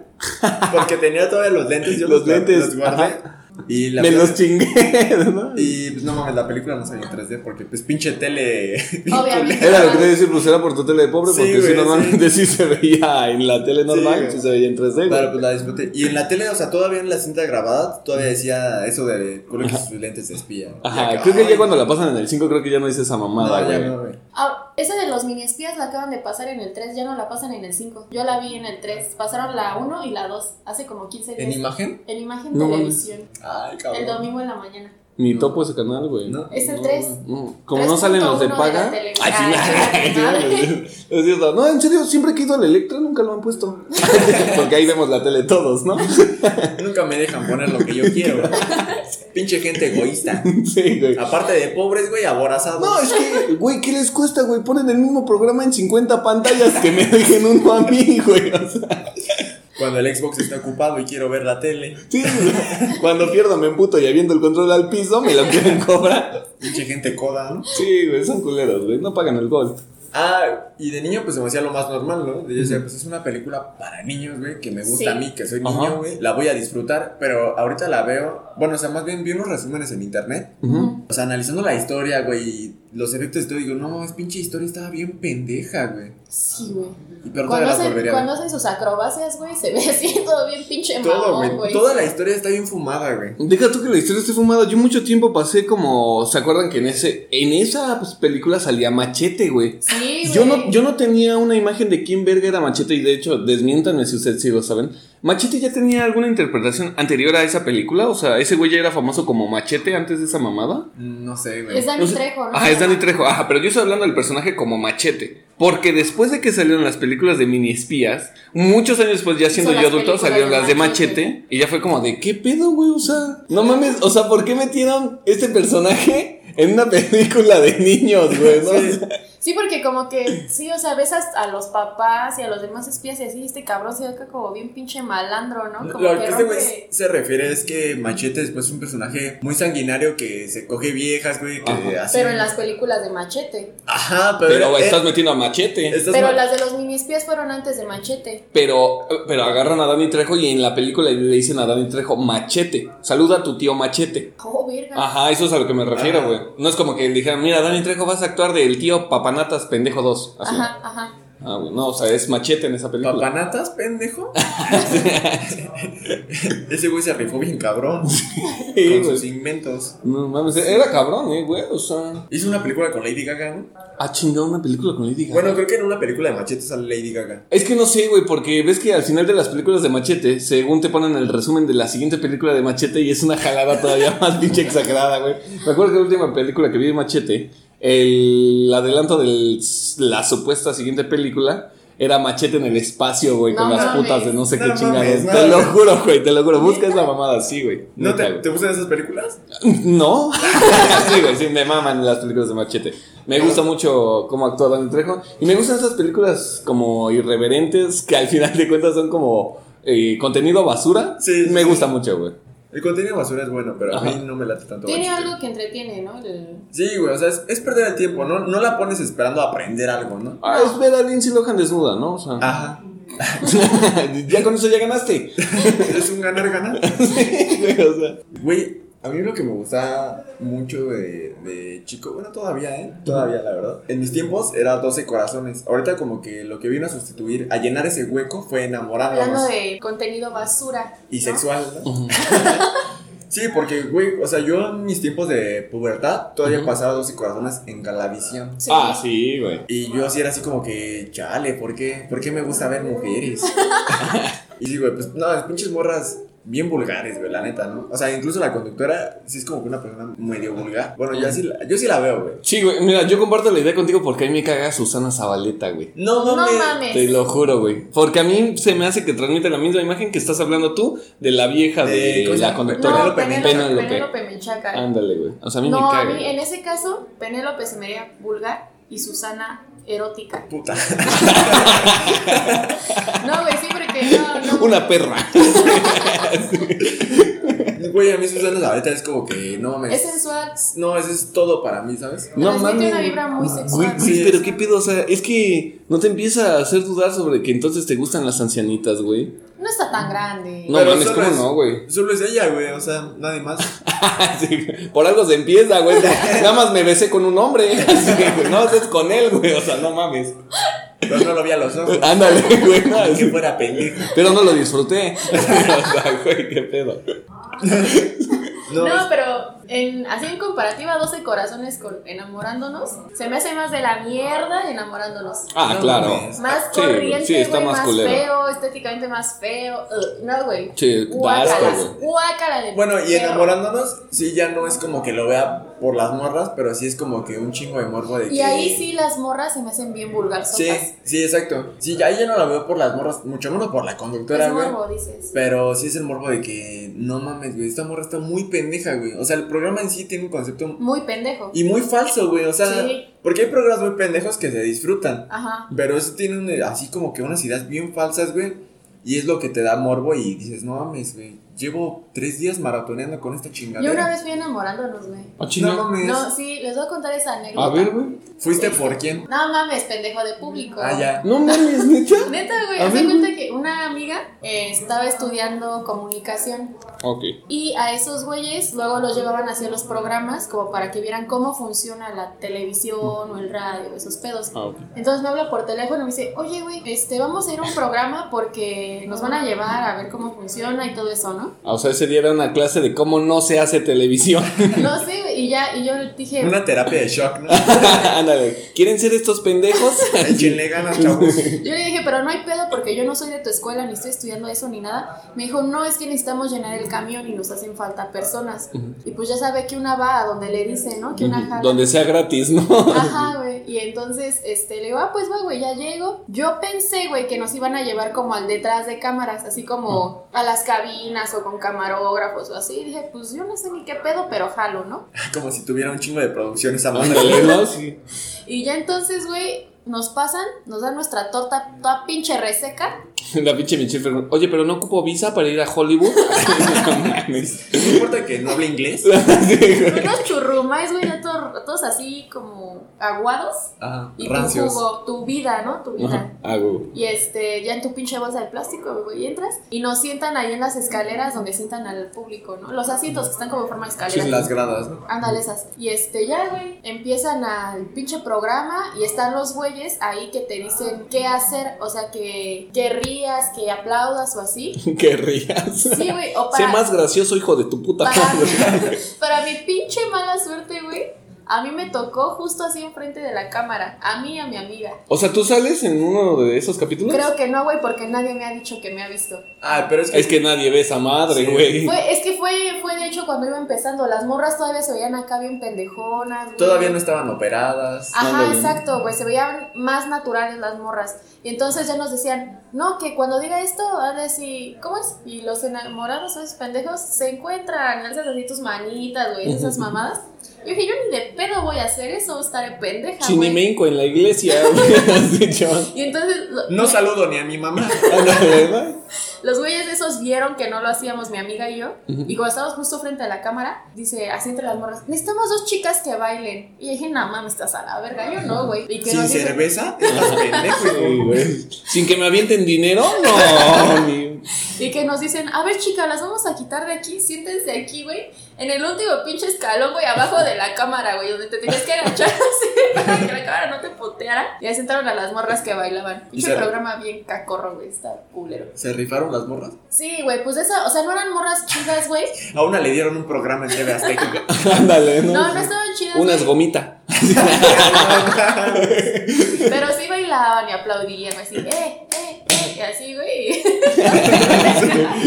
Porque tenía todavía los lentes, yo Los los, lentes, los guardé. Y la Me los chingué, ¿no? Y pues no mames, la película no salió en 3D porque pues pinche tele. Obviamente. Era lo que te decía, pues era por tu tele de pobre, Sí, porque si güey, normalmente sí. se veía en la tele normal, güey. sí, se veía en 3D, güey. Claro, pues la disfruté. Y en la tele, o sea, todavía en la cinta grabada, todavía decía eso de coloque sus lentes de espía. Ajá, creo que ya cuando la pasan en el 5, creo que ya no dice esa mamada, No, ya güey. no, güey. Ah, esa de los mini espías la acaban de pasar en el 3, ya no la pasan en el 5. Yo la vi en el 3. Pasaron la 1 y la 2 hace como 15 ¿En días. imagen? En imagen No mames. televisión. Ay, El cabrón. domingo en la mañana. Ni No. topo ese canal, güey. No, Es el Ah, no, tres. güey. No, Como no salen los de 3.1 de la paga. tele. Ay, sí, Ay, no, madre. es cierto. No, en serio, siempre que he ido al Electra nunca lo han puesto. Porque ahí vemos la tele todos, ¿no? Nunca me dejan poner lo que yo quiero. güey. Pinche gente egoísta. Sí, güey. Aparte de pobres, güey, aborazados. No, es que, güey, ¿qué les cuesta, güey? Ponen el mismo programa en 50 pantallas que me dejen uno a mí, güey. O sea, Cuando el Xbox está ocupado y quiero ver la tele. sí, güey. cuando pierdo me emputo y aviento el control al piso, me lo quieren cobrar. Pinche gente coda, ¿no? Sí, güey, son culeros, güey. No pagan el gol. Ah, y de niño pues se me hacía lo más normal, ¿no? Yo decía, pues es una película para niños, güey, que me gusta Sí. a mí, que soy Ajá. niño, güey, la voy a disfrutar, pero ahorita la veo, bueno, o sea, más bien vi unos resúmenes en internet, Ujú. o sea, analizando la historia, güey, y los efectos y todo, digo, no, es pinche historia, estaba bien pendeja, güey. Sí, güey. Y pero Cuando todavía la hacen, volvería a ver. cuando hacen sus acrobacias, güey, se ve así todo bien pinche Todo, mamón, güey, güey. toda la historia está bien fumada, güey. Deja tú que la historia esté fumada. Yo mucho tiempo pasé como. ¿Se acuerdan que en ese en esa pues, película salía Machete, güey? Sí, güey. Yo no, yo no tenía una imagen de quién verga era Machete, y de hecho, desmiéntanme si ustedes sí lo saben. ¿Machete ya tenía alguna interpretación anterior a esa película? O sea, ¿ese güey ya era famoso como Machete antes de esa mamada? Mm, No sé, güey. Es Dani O sea, Trejo, ¿no? Ah, es Danny Trejo. Ajá, pero yo estoy hablando del personaje como Machete. Porque después de que salieron las películas de mini espías, muchos años después, ya siendo Hizo yo las adulto, películas salieron de las de Machete. Machete. Y ya fue como de, ¿qué pedo, güey? O sea, no mames, o sea, ¿por qué metieron este personaje en una película de niños, güey? ¿no? O sea, Sí, porque como que, sí, o sea, ves a, a los papás y a los demás espías y así, este cabrón se ve acá como bien pinche malandro, ¿no? Como Lo que este rompe- güey se refiere es que Machete después es un personaje muy sanguinario que se coge viejas, güey, que Ajá. hace- Pero en las películas de Machete. Ajá, pero... Pero güey, eh, estás metiendo a machete. estás Pero mal- las de los mini espías fueron antes de Machete. Pero, pero agarran a Dani Trejo y en la película le dicen a Dani Trejo, machete. Saluda a tu tío machete. Oh, verga. Ajá, eso es a lo que me refiero, Ajá. güey. No es como que le dijeran, mira, Dani Trejo vas a actuar del tío Papanatas Pendejo 2. Así. Ajá, ajá. Ah, güey. No, o sea, es machete en esa película. ¿Papanatas, pendejo? Ese güey se rifó bien cabrón Sí, con güey. sus inventos. No mames, era cabrón, eh, güey. O sea. Hizo una película con Lady Gaga, ¿no? Ha chingado una película con Lady Gaga. Bueno, creo que en una película de Machete sale Lady Gaga. Es que no sé, güey, porque ves que al final de las películas de Machete, según te ponen el resumen de la siguiente película de Machete, y es una jalada todavía más pinche exagerada, güey. Me acuerdo que la última película que vi de Machete, el adelanto de la supuesta siguiente película. Era machete en el espacio, güey, con No las mames, putas de no sé qué no chingados. mames, te no. lo juro, güey, te lo juro. Busca esa mamada así, güey. ¿No Neta, te, güey. te gustan esas películas? No. sí, güey, sí, me maman las películas de Machete. Me gusta mucho cómo actúa Dani Trejo. Y me gustan esas películas como irreverentes que al final de cuentas son como eh, contenido basura. Sí, sí, Me sí. gusta mucho, güey. El contenido de basura es bueno, pero a mí no me late tanto. Tiene Machete. algo que entretiene, ¿no? El- Sí, güey, o sea, es, es perder el tiempo, ¿no? No la pones esperando a aprender algo, ¿no? Ah, es ver a Lindsay Lohan desnuda, ¿no? O sea, Ajá. ya con eso ya ganaste. es un ganar-ganar. o sea, Güey, a mí lo que me gustaba mucho de, de chico, bueno, todavía, ¿eh? Todavía, la verdad. En mis tiempos era 12 corazones. Ahorita como que lo que vino a sustituir, a llenar ese hueco fue Hablando enamorarnos de contenido basura. Ah, y ¿no? sexual, ¿no? Sí, porque, güey, o sea, yo en mis tiempos de pubertad todavía Ujú. pasaba 12 corazones en Galavisión. Sí. Ah, sí, güey. Y yo así era así como que, chale, ¿por qué? ¿Por qué me gusta ver mujeres? y sí, güey, pues no, las pinches morras bien vulgares, güey, la neta, ¿no? O sea, incluso la conductora sí es como que una persona medio vulgar. Bueno, yo, así la, yo sí la veo, güey. Sí, güey. Mira, yo comparto la idea contigo porque a mí me caga Susana Zabaleta, güey. No No mames. mames. Te lo juro, güey. Porque a mí se me hace que transmite la misma imagen que estás hablando tú de la vieja de, De- ¿cómo se la llama? conductora. No, Eh, Penélope Penélope, Penélope. Penélope Menchaca. Ándale, güey. O sea, a mí no, me a caga. mí eh, güey. en ese caso, Penélope se me haría vulgar y Susana erótica. Puta. No, güey, sí, porque no, no. Una perra. Güey, a mí Susana la neta es como que, no mames. Es sensual. No, eso es todo para mí, ¿sabes? No Transmite mames. una vibra muy sexual. Güey, güey, Sí. pero qué pedo. O sea, es que no te empieza a hacer dudar sobre que entonces te gustan las ancianitas, güey. No está tan grande. No Pero mames, solo ¿cómo es- no, güey? Ah, Solo es ella, güey, o sea, nadie más. Sí, por algo se empieza, güey. Nada más me besé con un hombre. Así que, güey, no, es con él, güey. O sea, no mames. Pero no lo vi a los ojos. Ándale, güey. no, Ni que así. fuera pendejo. Pero no lo disfruté. O sea, güey, qué pedo. No, No, es- pero en, así en comparativa, 12 corazones con enamorándonos, se me hace más de la mierda enamorándonos. Ah, No claro. mames. Más Sí, corriente, sí, está güey, más más, culero. feo, estéticamente más feo. Ugh, no, güey. Sí, da asco, Guácalas, güey. guácala de Bueno, y feo. enamorándonos, sí, ya no es como que lo vea por las morras, pero sí es como que un chingo de morbo de Y que- ahí sí las morras se me hacen bien Pues, vulgar Sí, sopas. sí, exacto. Sí, ya, ahí ya no la veo por las morras, mucho menos por la conductora, Es güey. morbo, dices. Pero sí es el morbo de que, no mames, güey, esta morra está muy pendeja, güey. O sea, el programa en sí tiene un concepto Muy pendejo. y muy falso, güey. O sea, Sí. porque hay programas muy pendejos que se disfrutan, Ajá. pero eso tiene un- así como que unas ideas bien falsas, güey. Y es lo que te da morbo y dices, no mames, güey, llevo tres días maratoneando con esta chingadera. Yo una vez fui enamorándonos, güey. Ah, No chino. mames. No, sí, les voy a contar esa anécdota. A ver, güey. ¿Fuiste por quién? No mames, pendejo de público. Ah, ya. No mames, neta. Neta, güey, A haz ver, de cuenta que una amiga eh, estaba estudiando comunicación Ok. y a esos güeyes luego los llevaban hacia los programas como para que vieran cómo funciona la televisión o el radio, esos pedos. Ah, ok. Entonces me habla por teléfono y me dice, oye, güey, este, vamos a ir a un programa porque nos van a llevar a ver cómo funciona y todo eso, ¿no? Ah, O sea, ese día era una clase de cómo no se hace televisión. No sé, güey, y ya, y yo dije, Una terapia de shock, ¿no? Ándale. ¿Quieren ser estos pendejos? Échenle ganas, chavos. Yo le dije, pero no hay pedo porque yo no soy de tu escuela ni estoy estudiando eso ni nada. Me dijo, no, es que necesitamos llenar el camión y nos hacen falta personas. Y pues ya sabe que una va a donde le dice, ¿no? Que una jala. Donde sea gratis, ¿no? Ajá, güey. Y entonces, este, le digo, ah, pues va, güey, ya llego. Yo pensé, güey, que nos iban a llevar como al detrás de cámaras, así como a las cabinas o con camarógrafos o así. Y dije, pues yo no sé ni qué pedo, pero jalo, ¿no? como si tuviera un chingo de producción esa madre. Ándale, ¿no? Sí. Y ya entonces, güey, nos pasan, nos dan nuestra torta toda pinche reseca. La pinche Michelle Fernández. Oye, pero no ocupo visa para ir a Hollywood. No mames. No importa que no hable inglés. Unos churrumais, güey, ya todo- todos así como aguados. Ah, Y tu rancios. jugo, tu vida, ¿no? Tu vida. Ajá. Ah, güey. Y este, ya en tu pinche bolsa de plástico, güey, entras y nos sientan ahí en las escaleras donde sientan al público, ¿no? Los asientos que están como en forma de Sí, escalera. en las gradas, ¿no? Ándale esas. Y este, ya, güey, empiezan al pinche programa y están los güeyes ahí que te dicen qué hacer, o sea, que, que rías, que aplaudas o así. Que rías. Sí, güey, o Sé para, más gracioso, hijo de tu puta Para- madre. para mi pinche mala suerte, güey, a mí me tocó justo así enfrente de la cámara, a mí y a mi amiga. O sea, ¿tú sales en uno de esos capítulos? Creo que no, güey, porque nadie me ha dicho que me ha visto. Ah, pero es que. Es que nadie ve esa madre, Sí. güey. Fue, es que fue, fue de hecho cuando iba empezando, las morras todavía se veían acá bien pendejonas. güey. Todavía no estaban operadas. Ajá, Ándale. exacto, güey, se veían más naturales las morras. Y entonces ya nos decían, no, que cuando diga esto, ahora sí, ¿cómo es? Y los enamorados, esos pendejos, se encuentran, alzas así tus manitas, güey, esas mamadas. Yo dije, yo ni de pedo voy a hacer eso, estaré pendeja, güey. Chinimenco en la iglesia, güey. Has dicho. Y entonces lo- No saludo ni a mi mamá. Ah, no, ¿verdad? los güeyes esos vieron que no lo hacíamos mi amiga y yo. Y cuando estábamos justo frente a la cámara, dice así entre las morras, necesitamos dos chicas que bailen. Y dije, no mames, estás a la verga, yo no, güey. Y que Sin nos dice- cerveza, estás pendejo. Sí, hijo. güey. Sin que me avienten dinero, no. ni- Y que nos dicen, a ver chicas, las vamos a quitar de aquí, siéntense aquí, güey, en el último pinche escalón, güey, abajo de la cámara, güey, donde te tenías que agachar así para que la cámara no te poteara. Y ahí sentaron a las morras que bailaban. Y Pinche se- programa bien cacorro, güey, está culero. ¿Se rifaron las morras? Sí, güey, pues esa, o sea, no eran morras chidas, güey. A una le dieron un programa en TV Azteca. Ándale, ¿no? No, no estaban chidas. Unas güey, gomitas. Pero sí bailaban y aplaudían, así, eh, eh, eh, y así, güey.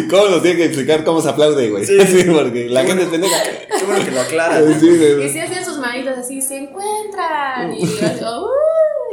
¿Cómo nos tiene que explicar cómo se aplaude, güey? Sí, Sí, sí. porque la gente es pendeja. Qué bueno que lo aclaras. Sí, Y güey. sí hacían sus manitas así, se encuentran. Y así, oh, uh,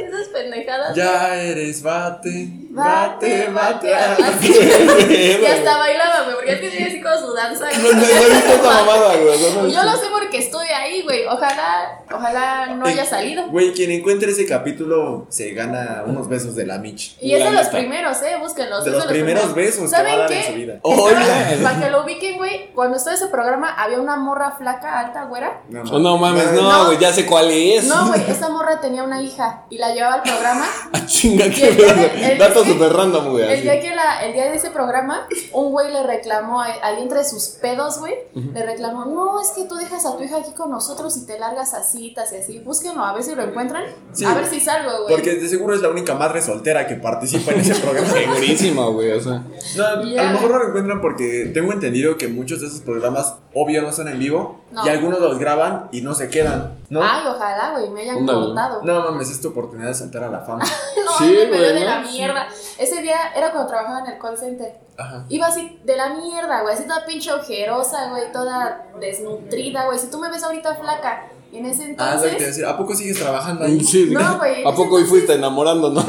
esas pendejadas. Ya eres bate, Bate, bate, bate. bate. ah, así. Y Verga, hasta bailaba, güey, porque ya tenía así como su danza. No, no, no he visto esa mamada, güey. no, no. Yo lo sé porque estoy ahí, güey. Ojalá, ojalá no haya salido. Güey, quien encuentre ese capítulo se gana unos besos de la Mitch. Y es La de los neta. primeros, eh, búsquenlos. De es los primeros besos que va a ¿Saben dar en su qué? vida. Hola. Para que lo ubiquen, güey, cuando estaba ese programa había una morra flaca, alta, güera, Oh, no mames, No. no, güey, ya sé cuál es. No, güey, esa morra tenía una hija y la llevaba al programa. Ah, chinga, Y qué el día verga. de- el- Dato es que- super random, güey. El así. día, que la, el día de ese programa, un güey le reclamó, a- ahí entre sus pedos, güey, le reclamó, no, es que tú dejas a tu hija aquí con nosotros y te largas a citas y así. Búsquenlo, a ver si lo encuentran. Sí. a ver si salgo, güey. Porque de seguro es la única madre soltera que participa en ese programa. Segurísimo, güey, o sea. No, Ya. a lo mejor no lo encuentran porque tengo entendido que muchos de esos programas, obvio, no son en vivo. No. Ah, Y algunos los graban y no se quedan, ¿no? Ay, ojalá, güey, me hayan Ándale. contado. No, No mames, es tu oportunidad de saltar a la fama. Sí, me peleó güey, de ¿no? la Sí. mierda. Ese día era cuando trabajaba en el call center. Ajá. Iba así de la mierda, güey, así toda pinche ojerosa, güey, toda desnutrida, güey. Si tú me ves ahorita flaca, y en ese Ah, es lo que te iba a entonces decir. ¿A poco sigues trabajando ahí? Sí, No, güey, ¿A poco hoy fuiste enamorando, no?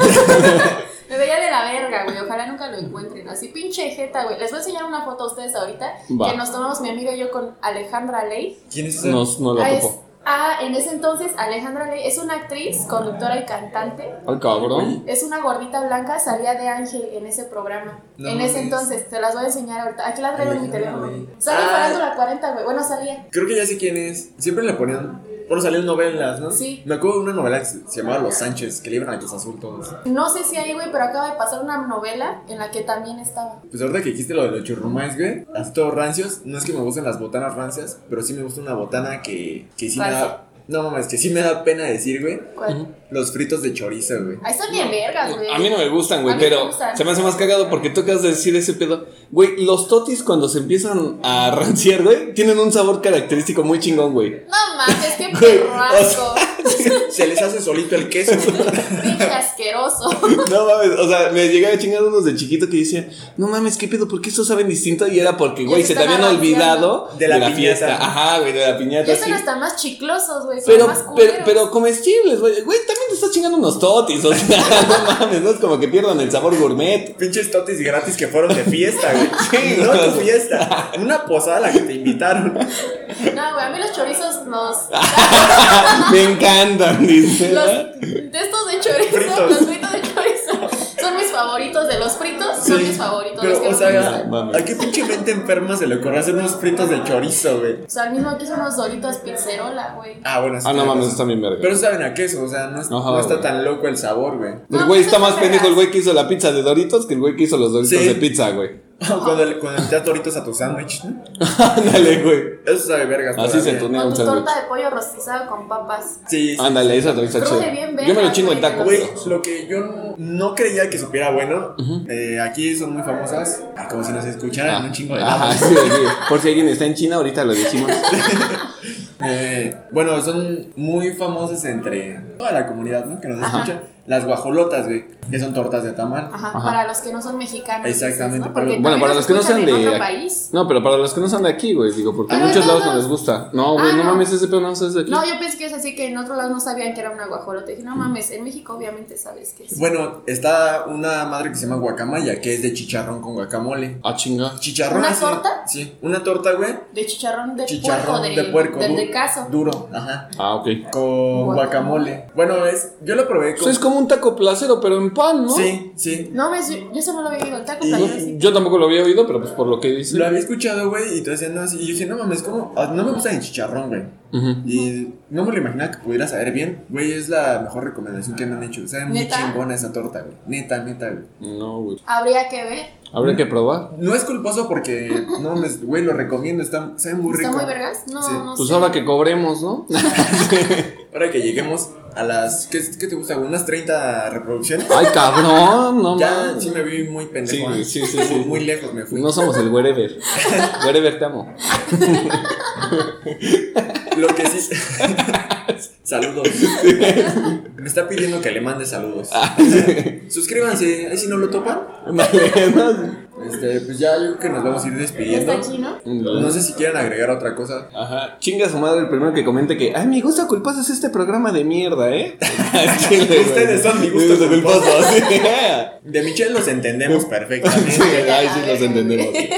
me veía de la verga, güey. Ojalá nunca lo encuentren. Así pinche jeta, güey. Les voy a enseñar una foto a ustedes ahorita Va. que nos tomamos mi amiga y yo con Alejandra Ley. ¿Quién es ese? No, no Ah, la es- topo. ah, en ese entonces Alejandra Ley es una actriz, conductora y cantante. Al cabrón. Es una gordita blanca, salía de Ángel en ese programa. No en ese mames. entonces, se las voy a enseñar ahorita. Aquí la traigo en mi Alejandra teléfono. Ley. Sale Ah. Farándula 40, güey. Bueno, salía. Creo que ya sé quién es. Siempre le ponían. Bueno, salían novelas, ¿no? Sí. Me acuerdo de una novela que se se llamaba Los Sánchez, que le iban a Cruz Azul todos. No sé si ahí, güey, pero acaba de pasar una novela en la que también estaba. Pues ahorita que dijiste lo de los churrumais, güey, así todos rancios, no es que me gusten las botanas rancias, pero sí me gusta una botana que, que sí me da. No mames, que sí me da pena decir, güey. ¿Cuál? Los fritos de chorizo, güey. Ahí están bien vergas, güey. A mí no me gustan, A güey, mí me pero gustan. se me hace más cagado porque tú acabas de decir ese pedo. Güey, los totis cuando se empiezan a ranciar, güey, tienen un sabor característico muy chingón, güey. No mames, qué Güey, perro o asco. Se les hace solito el queso. Pinche asqueroso. No mames, o sea, me llegaba chingando unos de chiquito que decía, no mames, ¿qué pedo? ¿Por qué estos saben distinto? Y era porque, Ya güey, se se te están habían avanzando. olvidado De la piñata. fiesta. Ajá, güey, de la Ya piñata. sí. están hasta más chiclosos, güey. son Pero, más pero, culeros. pero comestibles, güey. Güey, también te estás chingando unos totis, o sea, no mames, no es como que pierdan el sabor gourmet. Pinches totis gratis que fueron de fiesta, güey. Sí, no no. tu fiesta. Una posada a la que te invitaron. No, güey, a mí los chorizos nos. Me encantan, dice. Los Ah, ¿verdad? de estos de chorizo, Fritos. los fritos de chorizo, son mis favoritos. De los fritos, son mis favoritos. los Pero, que o no- sea, No mames. ¿a qué pinche mente enferma se le ocurre hacer unos fritos de chorizo, güey? O sea, al mismo que son unos doritos pizzerola, güey. Ah, bueno, sí. Ah, no tiene mames, razón. está bien verga. Pero saben a queso, o sea, no, es- Ajá, no está güey. tan loco el sabor, güey. el No, pues güey no está son más vergas. pendejo el güey que hizo la pizza de Doritos que el güey que hizo los Doritos Sí. de pizza, güey. Cuando le, cuando le echas doritos a tu sándwich, ¿no? Ándale, güey. Eso sabe vergas. Así se todavía. tunea O un tu sándwich. torta de pollo rostizado con papas. Sí, sí. Ándale, esa también está Cruje chida. bien Yo me lo verga, chingo en güey. taco, Güey, pero. lo que yo no- no creía que supiera bueno, eh, aquí son muy famosas, como si nos escucharan en ah, un chingo de Ah. Ajá, lados. sí, sí. Por si alguien está en China, ahorita lo decimos. Eh, bueno, son muy famosas entre toda la comunidad, ¿no? Que nos escucha. Las guajolotas, güey, que son tortas de tamal. Ajá, Ajá. para los que no son mexicanos. Exactamente, ¿no? para- Porque Bueno, también para nos los que no escuchan sean en de. otro aquí- país. No, pero para los que no sean de aquí, güey, digo, porque a Pero de muchos lados no todos. les gusta. No, güey, Ah, no no. mames, ese pedo no es de aquí. No, yo pensé que es así que en otro lado no sabían que era una guajolota. Dije, no mames, en México obviamente sabes que es. Bueno, está una madre que se llama guacamaya, que es de chicharrón con guacamole. Ah, chinga. Chicharrón. ¿Una así- torta? Sí, una torta, güey. De chicharrón de Chicharrón puerco, de, de puerco, del du- de caso. Duro, ajá. Ah, ok. Con guacamole. Bueno, es, yo lo probé Pues con... es como un taco placero, pero en pan, ¿no? Sí, sí. No, ves, yo yo eso no lo había oído. El taco Y- No, playero sí. yo tampoco lo había oído, pero pues por lo que dice. Lo había escuchado, güey, y te decían, no, así. Y yo dije, no mames, ¿cómo? Ah, No me gusta el chicharrón, güey. Ujú. Y no me lo imaginaba que pudiera saber bien. Güey, es la mejor recomendación que me han hecho. Sabe muy ¿Neta? chingona esa torta, güey. Neta, neta, güey. No, güey. Habría que ver. Habría que probar. No es culposo porque, no mames, güey, lo recomiendo. Está, sabe muy rico. ¿Está muy vergas? No, Sí. no Pues sé. ahora que cobremos, ¿no? Ahora que lleguemos a las. ¿Qué, qué te gusta? güey? ¿Unas 30 reproducciones? Ay, cabrón, no ya sí mames. me vi muy pendejo. Sí, sí, sí, sí. Muy lejos me fui. No somos el wherever. Wherever te amo. Lo que sí. saludos. Me está pidiendo que le mande saludos. Ah, Suscríbanse, ahí si no lo topan. Este, pues ya yo creo que nos vamos a ir ¿Ya despidiendo. está chino? No sé si quieran agregar otra cosa. Ajá. Chinga su madre el primero que comente que, ay, mi gusto culposo es este programa de mierda, ¿eh? Ustedes Ustedes son mi gusto culposo. De Michelle los entendemos perfectamente. Ay, sí, los entendemos. Entonces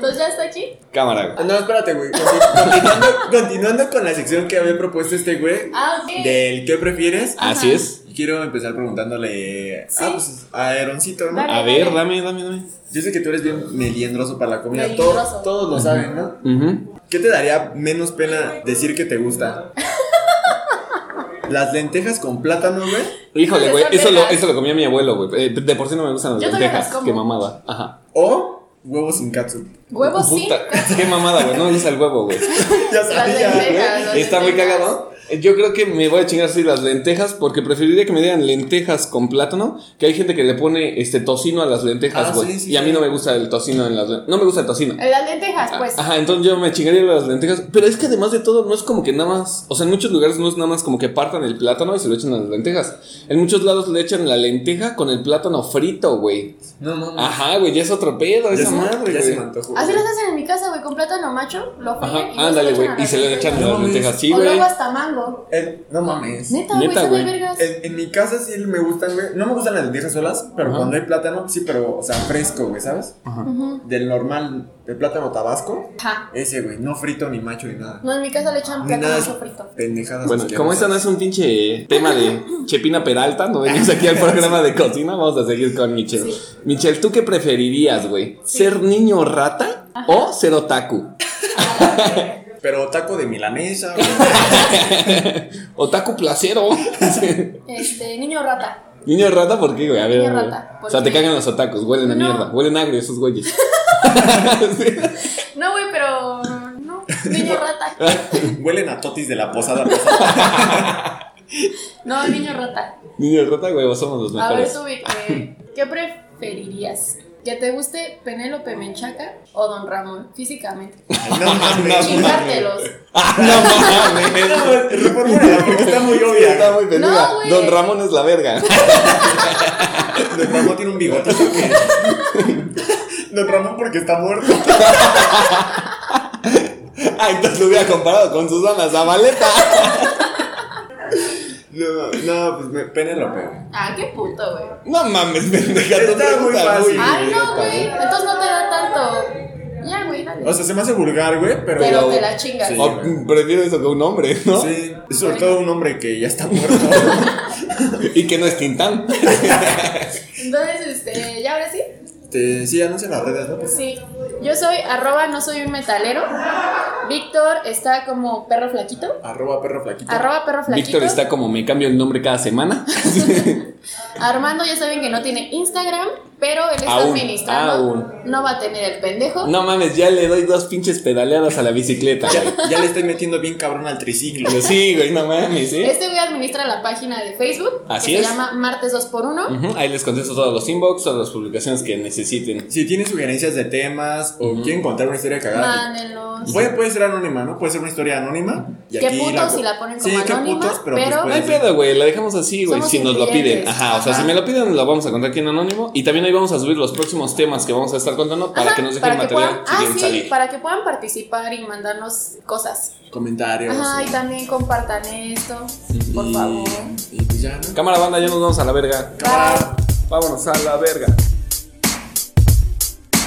¿Pues ya está aquí. Cámara, güey. Ah, No, espérate, güey. Continuando, continuando con la sección que había propuesto este güey Ah, ok. del qué prefieres. Así es. Quiero empezar preguntándole Sí. ah, pues, a Aaroncito, ¿no? Dale. A ver, dame, dame, dame. Yo sé que tú eres bien meliendroso para la comida. Melindroso. Todos, todos lo saben, ¿no? Ujú. ¿Qué te daría menos pena decir que te gusta? Las lentejas con plátano, güey. Híjole, Híjole, güey, son eso lo, vergas. eso lo comía mi abuelo, güey. Eh, de por sí no me gustan las Yo todavía lentejas. las como. Qué mamada. Ajá. O huevos sin katsu. Huevos sí. Puta, qué mamada, güey. No me gusta el huevo, güey. Ya Las sabía. lentejas. las Está muy lentejas. cagado. Yo creo que me voy a chingar así las lentejas porque preferiría que me dieran lentejas con plátano, que hay gente que le pone este tocino a las lentejas, Ah, güey. sí, sí, y a mí sí. no me gusta el tocino en las len- no me gusta el tocino. Las lentejas, pues. Ajá, entonces yo me chingaría las lentejas, pero es que además de todo no es como que nada más, o sea, en muchos lugares no es nada más como que partan el plátano y se lo echan a las lentejas. En muchos lados le echan la lenteja con el plátano frito, güey. No, no, no. Ajá, güey, ya es otro pedo, Ah, ya esa se, madre, ya güey. se me antojó. Así las hacen en mi casa, güey, con plátano macho, lo Ajá, fríen y ándale, güey, y se lo le echan a No las mames. lentejas, sí, o güey. luego hasta mango. Eh, no mames. Neta, güey, Neta, son güey. de vergas. En, en mi casa sí me gustan, güey. No me gustan las lentejas solas, pero Ajá. cuando hay plátano, sí, pero, o sea, fresco, güey, ¿sabes? Ujú. Del normal, del plátano tabasco. Ajá. Ese, güey, no frito ni macho ni nada. No, en mi casa le echan Ni plátano nada. macho frito. Pendejadas. Bueno, asquerosas. como esta no es un pinche tema de Chepina Peralta, no venimos aquí al programa de cocina, vamos a seguir con Michelle. Sí. Michelle, ¿tú qué preferirías, güey? Sí. ¿Ser niño rata o ser otaku? Pero taco de milanesa, güey. Otaku placero. Este, niño rata. niño rata, ¿por qué, güey? A ver, Niño a ver. rata, O sea, te porque- cagan los otakus, huelen a No. mierda, huelen agrio esos güeyes. No, güey, pero no, niño rata. Huelen a totis de la posada. pasada. No, niño rata. niño rata, güey, vos somos los A ver, mejores. tú, Vic, eh, ¿qué preferirías? ¿Que te guste Penélope Menchaca o Don Ramón físicamente? No mames. Chingártelos. Ah, no mames. No, güey, reformúlala, porque está muy obvia. Está muy pendeja. No, güey. Don Ramón es la verga. Don Ramón tiene un bigote también. Don Ramón porque está muerto. Ah, entonces lo hubiera comparado con Susana Zabaleta. No, no, pues me, Penélope, güey. Ah, qué puto, güey. No mames, pendeja. tú Está muy preguntas, fácil. güey. Ay, no, güey. Entonces no te da tanto. Ya, güey, dale. O sea, se me hace vulgar, güey, pero. Pero te la chingas. Sí. O Oh, prefiero eso que un hombre, ¿no? Sí, es sobre todo un hombre que ya está muerto. Y que no es Tintán. Entonces, este, ¿ya ahora sí? Te- Este, sí, anuncia las redes, ¿no? Sí. Yo soy arroba no soy un metalero. Víctor está como perro flaquito. Arroba perro flaquito. Arroba perro flaquito. Víctor está como me cambio el nombre cada semana. Armando ya saben que no tiene Instagram, pero él está Aún, administrando. aún. No va a tener el pendejo. No mames, ya le doy dos pinches pedaleadas a la bicicleta, güey. Ya le estoy metiendo bien cabrón al triciclo. Pero Sí, güey, no mames, ¿eh? Este güey administra la página de Facebook. Así que es. Se llama Martes 2x1. Ujú, Ahí les contesto todos los inbox, todas las publicaciones que necesiten. Si tienen sugerencias de temas o quieren contar una historia cagada. Mándenlos. Puede, puede ser anónima, ¿no? Puede ser una historia anónima. Y Qué aquí putos la- si la ponen como sí, qué anónima, putos, pero, pues, pero- No puede hay ser. pedo, güey, la dejamos así, güey, Somos si nos lo incluyentes. piden. Ajá, o sea, Ajá. si me lo piden, lo vamos a contar aquí en anónimo. Y también ahí vamos a subir los próximos temas que vamos a estar contando para Ajá, que nos dejen para que material puedan- si ah, quieren sí, salir. para que puedan participar y mandarnos cosas. Comentarios. Ajá, y también compartan esto, por favor. Y, y pues ya, ¿no? Cámara banda, ya nos vamos a la verga. Bye. Vámonos a la verga.